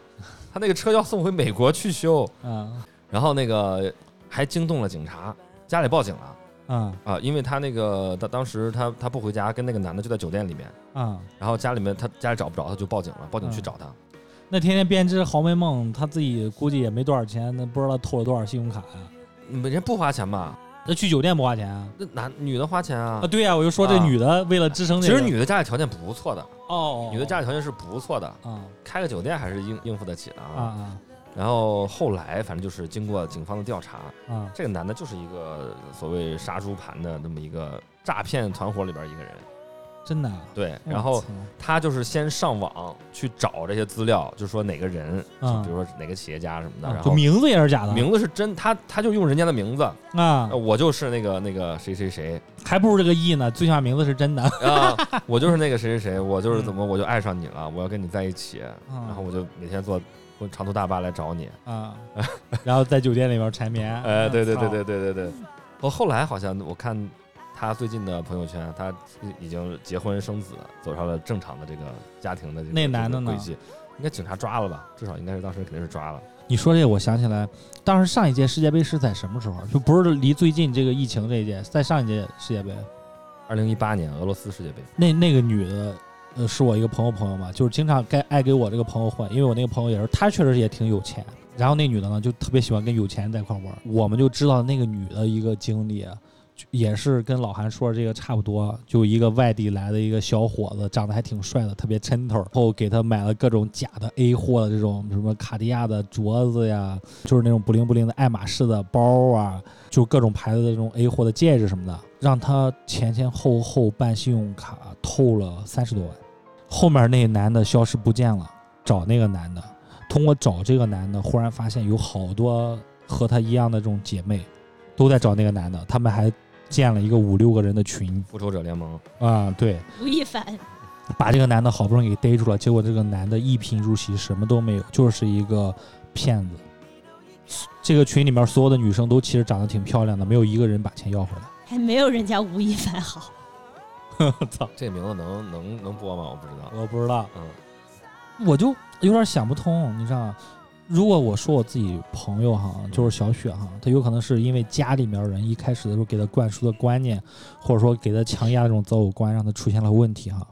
Speaker 3: 她那个车要送回美国去修，
Speaker 4: 啊
Speaker 3: 然后那个还惊动了警察，家里报警了。
Speaker 4: 啊
Speaker 3: 啊，因为她那个她当时她她不回家，跟那个男的就在酒店里面，
Speaker 4: 啊！
Speaker 3: 然后家里面她家里找不着，她就报警了，报警
Speaker 4: 嗯
Speaker 3: 去找她。
Speaker 4: 那天天编织豪门梦，他自己估计也没多少钱，那不知道偷了多少信用卡呀、
Speaker 3: 你们人不花钱嘛？
Speaker 4: 那去酒店不花钱啊？
Speaker 3: 那男女的花钱啊
Speaker 4: 啊，。对呀、我就说这
Speaker 3: 啊
Speaker 4: 女的为了支撑
Speaker 3: 其
Speaker 4: 这个，
Speaker 3: 实女的家里条件不错的，
Speaker 4: 哦，
Speaker 3: 女的家里条件是不错的，
Speaker 4: 啊
Speaker 3: 开个酒店还是应应付得起的
Speaker 4: 啊
Speaker 3: 啊。
Speaker 4: 啊
Speaker 3: 然后后来反正就是经过警方的调查，
Speaker 4: 啊
Speaker 3: 这个男的就是一个所谓杀猪盘的那么一个诈骗团伙里边一个人。
Speaker 4: 真的啊、
Speaker 3: 对，
Speaker 4: 我
Speaker 3: 然后
Speaker 4: 操
Speaker 3: 他就是先上网去找这些资料，就说哪个人，
Speaker 4: 嗯
Speaker 3: 就比如说哪个企业家什么的，
Speaker 4: 啊
Speaker 3: 然
Speaker 4: 就
Speaker 3: 后
Speaker 4: 名字也是假的，
Speaker 3: 名字是真，他他就用人家的名字，
Speaker 4: 啊
Speaker 3: 呃，我就是那个那个谁 谁谁
Speaker 4: 还不如这个 E 呢，最起码名字是真的。
Speaker 3: 啊，我就是那个谁谁谁，我就是怎么我就爱上你
Speaker 4: 啊
Speaker 3: 了，我要跟你在一起，
Speaker 4: 嗯
Speaker 3: 然后我就每天坐长途大巴来找你，
Speaker 4: 啊，然后在酒店里边缠绵。
Speaker 3: 哎，对对
Speaker 4: 操
Speaker 3: 对对，对对对，我后来好像我看他最近的朋友圈，他已经结婚生子，走上了正常的这个家庭的这个
Speaker 4: 那男的
Speaker 3: 这
Speaker 4: 呢
Speaker 3: 个轨迹，应该警察抓了吧？至少应该是当时肯定是抓了。
Speaker 4: 你说这个，我想起来，当时上一届世界杯是在什么时候？就不是离最近这个疫情这一届，在上一届世界杯，
Speaker 3: 二零一八年俄罗斯世界杯，
Speaker 4: 那那个女的，呃，是我一个朋友朋友嘛，就是经常该爱给我这个朋友混，因为我那个朋友也是，她确实也挺有钱。然后那女的呢，就特别喜欢跟有钱人在一块玩儿。我们就知道那个女的一个经历，啊就也是跟老韩说的这个差不多，啊就一个外地来的一个小伙子，长得还挺帅的，特别抻头儿，然后给他买了各种假的 A 货的这种什么卡地亚的镯子呀，就是那种不灵不灵的爱马仕的包啊，就各种牌子的这种 A 货的戒指什么的，让他前前后后办信用卡透了三十多万。后面那男的消失不见了，找那个男的，通过找这个男的，忽然发现有好多和他一样的这种姐妹都在找那个男的，他们还建了一个五六个人的群
Speaker 3: 复仇者联盟，
Speaker 4: 啊、对，
Speaker 2: 吴亦凡，
Speaker 4: 把这个男的好不容易给逮住了，结果这个男的一贫如洗，什么都没有，就是一个骗子。这个群里面所有的女生都其实长得挺漂亮的，没有一个人把钱要回来。
Speaker 2: 还没有人家吴亦凡好。
Speaker 4: 操！
Speaker 3: 这名字能能能播吗？我不知道。
Speaker 4: 我不知道，
Speaker 3: 嗯，
Speaker 4: 我就有点想不通。你知道，如果我说我自己朋友哈，就是小雪哈，她有可能是因为家里面人一开始的时候给她灌输的观念，或者说给她强压的这种择偶观，让她出现了问题哈，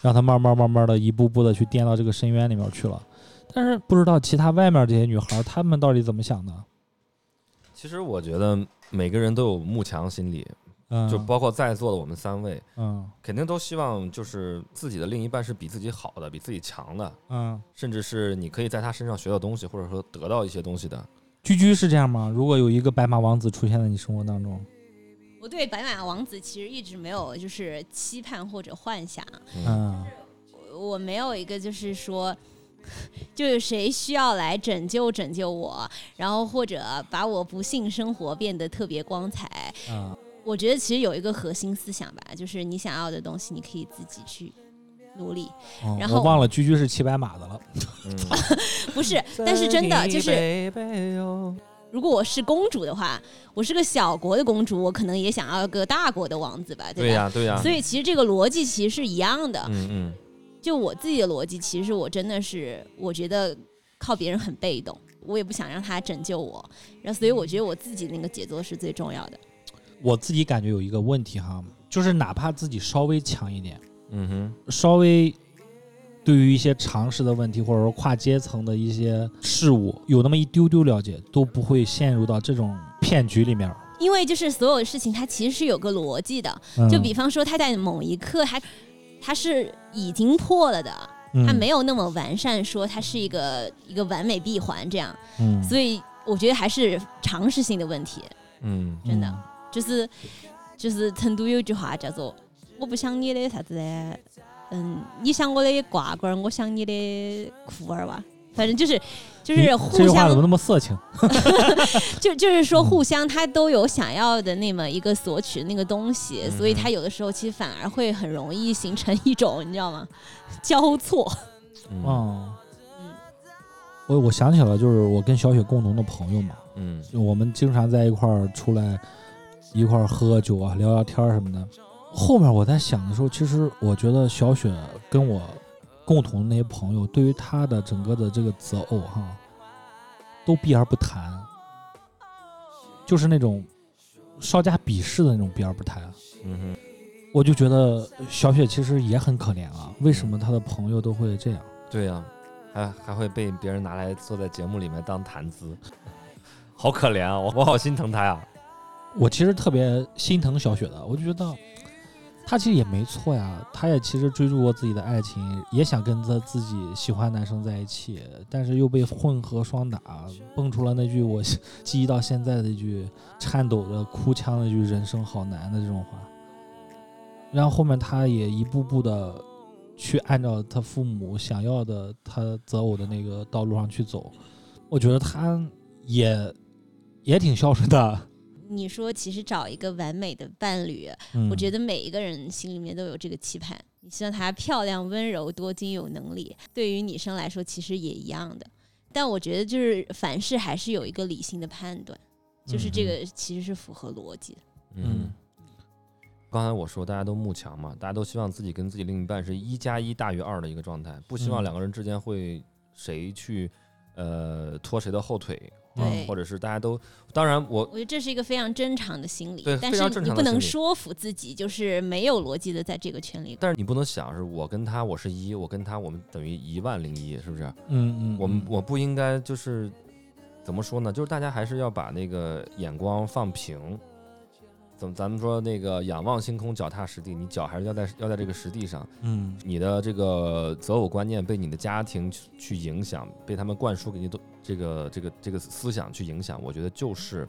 Speaker 4: 让她慢慢慢慢的一步步的去颠到这个深渊里面去了。但是不知道其他外面这些女孩，她们到底怎么想的？
Speaker 3: 其实我觉得每个人都有慕强心理，
Speaker 4: 嗯，
Speaker 3: 就包括在座的我们三位，
Speaker 4: 嗯
Speaker 3: 肯定都希望就是自己的另一半是比自己好的，比自己强的，
Speaker 4: 嗯，
Speaker 3: 甚至是你可以在他身上学到东西，或者说得到一些东西的。
Speaker 4: 居居是这样吗？如果有一个白马王子出现在你生活当中，
Speaker 2: 我对白马王子其实一直没有就是期盼或者幻想，
Speaker 4: 嗯
Speaker 2: 我我没有一个就是说， 就是谁需要来拯救拯救我，然后或者把我不幸生活变得特别光彩。
Speaker 4: 嗯
Speaker 2: 我觉得其实有一个核心思想吧，就是你想要的东西，你可以自己去努力。
Speaker 4: 嗯
Speaker 2: 然后
Speaker 4: 我忘了居居是骑白马的了。
Speaker 3: 嗯，
Speaker 2: 不是，但是真的就是，如果我是公主的话，我是个小国的公主，我可能也想要个大国的王子吧，
Speaker 3: 对
Speaker 2: 吧？
Speaker 3: 呀，对呀。
Speaker 2: 所以其实这个逻辑其实是一样的。
Speaker 3: 嗯嗯，
Speaker 2: 就我自己的逻辑，其实我真的是我觉得靠别人很被动，我也不想让他拯救我，然后所以我觉得我自己那个节奏是最重要的。
Speaker 4: 我自己感觉有一个问题哈，就是哪怕自己稍微强一点，
Speaker 3: 嗯哼，
Speaker 4: 稍微对于一些常识的问题，或者说跨阶层的一些事物，有那么一丢丢了解，都不会陷入到这种骗局里面。
Speaker 2: 因为就是所有事情它其实是有个逻辑的，
Speaker 4: 嗯
Speaker 2: 就比方说他在某一刻他他是已经破了的，
Speaker 4: 嗯
Speaker 2: 它没有那么完善，说它是一个一个完美闭环这样，
Speaker 4: 嗯
Speaker 2: 所以我觉得还是常识性的问题，
Speaker 3: 嗯，
Speaker 2: 真的
Speaker 4: 嗯
Speaker 2: 就是就是成都有句话叫做“我不想你的啥子嘞，嗯，你想我的瓜瓜儿，我想你的裤儿吧。”反正就是，就是
Speaker 4: 你
Speaker 2: 互
Speaker 4: 这句话
Speaker 2: 相
Speaker 4: 怎么那嗯么色情？
Speaker 2: 就就是说，互相他都有想要的那么一个索取的那个东西，
Speaker 3: 嗯
Speaker 2: 所以他有的时候其实反而会很容易形成一种你知道吗？ 交错。
Speaker 3: 嗯
Speaker 4: 嗯，
Speaker 2: 嗯，
Speaker 4: 我我想起了，就是我跟小雪共同的朋友嘛，
Speaker 3: 嗯
Speaker 4: 就我们经常在一块儿出来，一块儿喝酒啊，聊聊天儿什么的。后面我在想的时候，其实我觉得小雪跟我共同的那些朋友，对于她的整个的这个择偶哈，都避而不谈，就是那种稍加鄙视的那种避而不谈。
Speaker 3: 嗯哼，
Speaker 4: 我就觉得小雪其实也很可怜啊，为什么她的朋友都会这样？
Speaker 3: 对呀，还还会被别人拿来坐在节目里面当谈资， 好可怜啊！我我好心疼他呀。
Speaker 4: 我其实特别心疼小雪的，我就觉得她其实也没错呀，她也其实追逐过自己的爱情，也想跟她自己喜欢男生在一起，但是又被混合双打，蹦出了那句我记忆到现在的一句颤抖着哭腔的一句“人生好难”的这种话。然后后面她也一步步的去按照她父母想要的她择偶的那个道路上去走，我觉得她也也挺孝顺的。
Speaker 2: 你说，其实找一个完美的伴侣，
Speaker 4: 嗯、
Speaker 2: 我觉得每一个人心里面都有这个期盼。你希望她漂亮、温柔、多金、有能力。对于女生来说，其实也一样的。但我觉得，就是凡事还是有一个
Speaker 4: 嗯
Speaker 2: 理性的判断，就是这个其实是符合逻辑的。
Speaker 3: 嗯，刚才我说大家都慕强嘛，大家都希望自己跟自己另一半是一加一大于二的一个状态，不希
Speaker 4: 嗯
Speaker 3: 望两个人之间会谁去呃拖谁的后腿，嗯
Speaker 2: 对
Speaker 3: 或者是大家都当然我
Speaker 2: 我觉得这是一个非常正常的心理
Speaker 3: 对，
Speaker 2: 但
Speaker 3: 非
Speaker 2: 是
Speaker 3: 常正
Speaker 2: 你
Speaker 3: 常的
Speaker 2: 不能
Speaker 3: 心理
Speaker 2: 说服自己，就是没有逻辑的在这个圈里。
Speaker 3: 但是你不能想是我跟他我是一，我跟他我们等于一万零一，是不是？
Speaker 4: 嗯嗯，
Speaker 3: 我们我不应该就是怎么说呢？就是大家还是要把那个眼光放平。怎么咱们说那个仰望星空，脚踏实地，你脚还是要在要在这个实地上。
Speaker 4: 嗯
Speaker 3: 你的这个择偶观念被你的家庭去去影响，被他们灌输给你的这个这个这个思想去影响，我觉得就是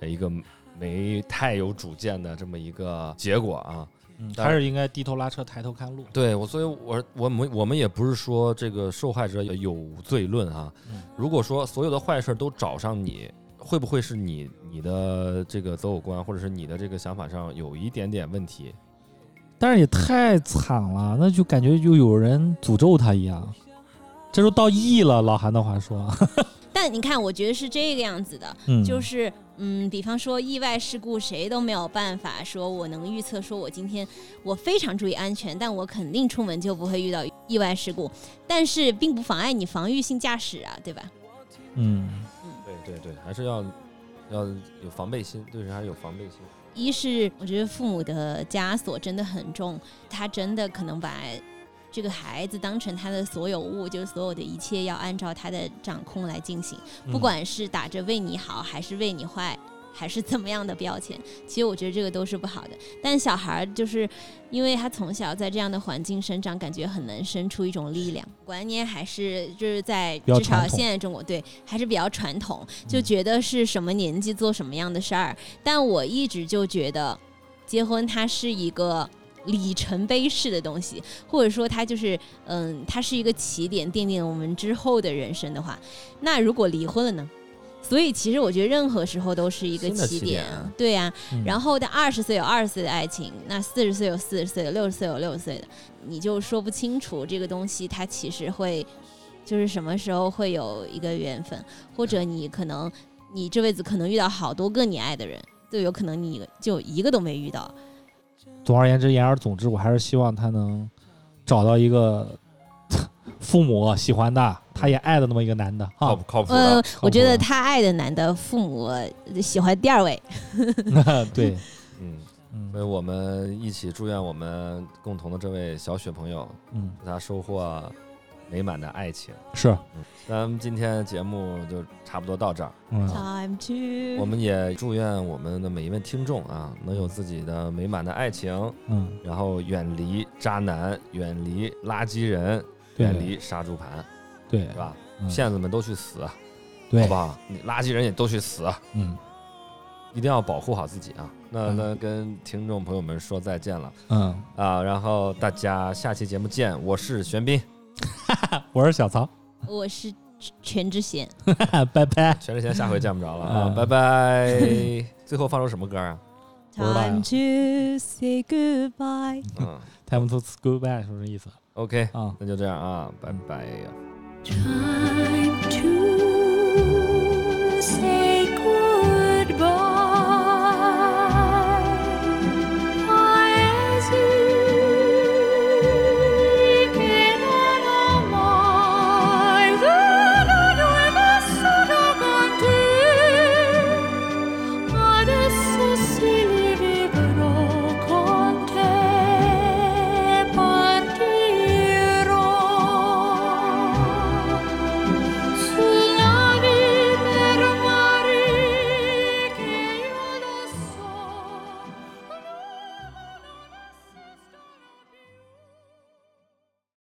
Speaker 3: 呃一个没太有主见的这么一个结果啊。
Speaker 4: 嗯，
Speaker 3: 当然
Speaker 4: 还是应该低头拉车，抬头看路。
Speaker 3: 对我，所以我我们我们也不是说这个受害者有罪论哈、
Speaker 4: 嗯
Speaker 3: 如果说所有的坏事都找上你，会不会是你你的这个择偶观，或者是你的这个想法上有一点点问题？
Speaker 4: 但是也太惨了，那就感觉就有人诅咒他一样。这都到亿了，老韩的话说，
Speaker 2: 但你看，我觉得是这个样子的，
Speaker 4: 嗯，
Speaker 2: 就是嗯，比方说意外事故，谁都没有办法说我能预测，说我今天我非常注意安全，但我肯定出门就不会遇到意外事故，但是并不妨碍你防御性驾驶啊，对吧？
Speaker 4: 嗯
Speaker 3: 对对对，还是要要有防备心，对人还是有防备心。
Speaker 2: 一是我觉得父母的枷锁真的很重，他真的可能把这个孩子当成他的所有物，就是所有的一切要按照他的掌控来进行，
Speaker 4: 嗯
Speaker 2: 不管是打着为你好还是为你坏。还是怎么样的标签，其实我觉得这个都是不好的。但小孩儿就是，因为他从小在这样的环境生长，感觉很难生出一种力量。观念还是就是在
Speaker 4: 比较
Speaker 2: 至少
Speaker 4: 传统嗯
Speaker 2: 现在中国对还是比较传统，就觉得是什么年纪做什么样的事儿。但我一直就觉得，结婚它是一个里程碑式的东西，或者说它就是嗯，它是一个起点，奠定了我们之后的人生的话，那如果离婚了呢？所以其实我觉得任何时候都是一个
Speaker 3: 新的
Speaker 2: 起
Speaker 3: 起
Speaker 2: 点
Speaker 3: 点
Speaker 2: 啊，对呀、
Speaker 4: 嗯
Speaker 2: 然后的二十岁有二十岁的爱情，那四十岁有四十岁的，六十岁有六十岁的，你就说不清楚这个东西它其实会就是什么时候会有一个缘分，或者你可能你这辈子可能遇到好多个你爱的人，就有可能你就一个都没遇到。
Speaker 4: 总而言之，言而总之，我还是希望他能找到一个父母喜欢的，他也爱的那么一个男的
Speaker 3: 靠
Speaker 4: 啊
Speaker 3: 谱。靠谱的，
Speaker 2: 呃，我觉得
Speaker 4: 靠谱
Speaker 2: 他爱的男的父母喜欢第二位，
Speaker 4: 对，
Speaker 3: 嗯，所以
Speaker 4: 嗯
Speaker 3: 我们一起祝愿我们共同的这位小雪朋友，
Speaker 4: 嗯，
Speaker 3: 祝她收获美满的爱情。
Speaker 4: 是，
Speaker 3: 咱们今天节目就差不多到这儿，
Speaker 4: 嗯，
Speaker 2: Time to
Speaker 3: 我们也祝愿我们的每一位听众啊，能有自己的美满的爱情，
Speaker 4: 嗯，
Speaker 3: 然后远离渣男，远离垃圾人，
Speaker 4: 对
Speaker 3: 远离杀猪盘，
Speaker 4: 对
Speaker 3: 是吧？
Speaker 4: 嗯
Speaker 3: 骗子们都去死，好
Speaker 4: 对
Speaker 3: 不，好？你垃圾人也都去死，
Speaker 4: 嗯
Speaker 3: 一定要保护好自己啊！那
Speaker 4: 嗯
Speaker 3: 那跟听众朋友们说再见了
Speaker 4: 嗯，
Speaker 3: 啊！然后大家下期节目见，我是玄彬，
Speaker 4: 我是小曹，
Speaker 2: 我是全智贤。
Speaker 4: 拜拜。
Speaker 3: 全智贤下回见不着了啊，
Speaker 4: 嗯
Speaker 3: 拜拜！最后放首什么歌啊？
Speaker 4: 不知道呀
Speaker 2: Time to say goodbye。
Speaker 3: 嗯
Speaker 4: Time to school back 是什么意思
Speaker 3: ，OK，
Speaker 4: 啊？
Speaker 3: 那就这样啊，拜拜呀。
Speaker 6: Time to say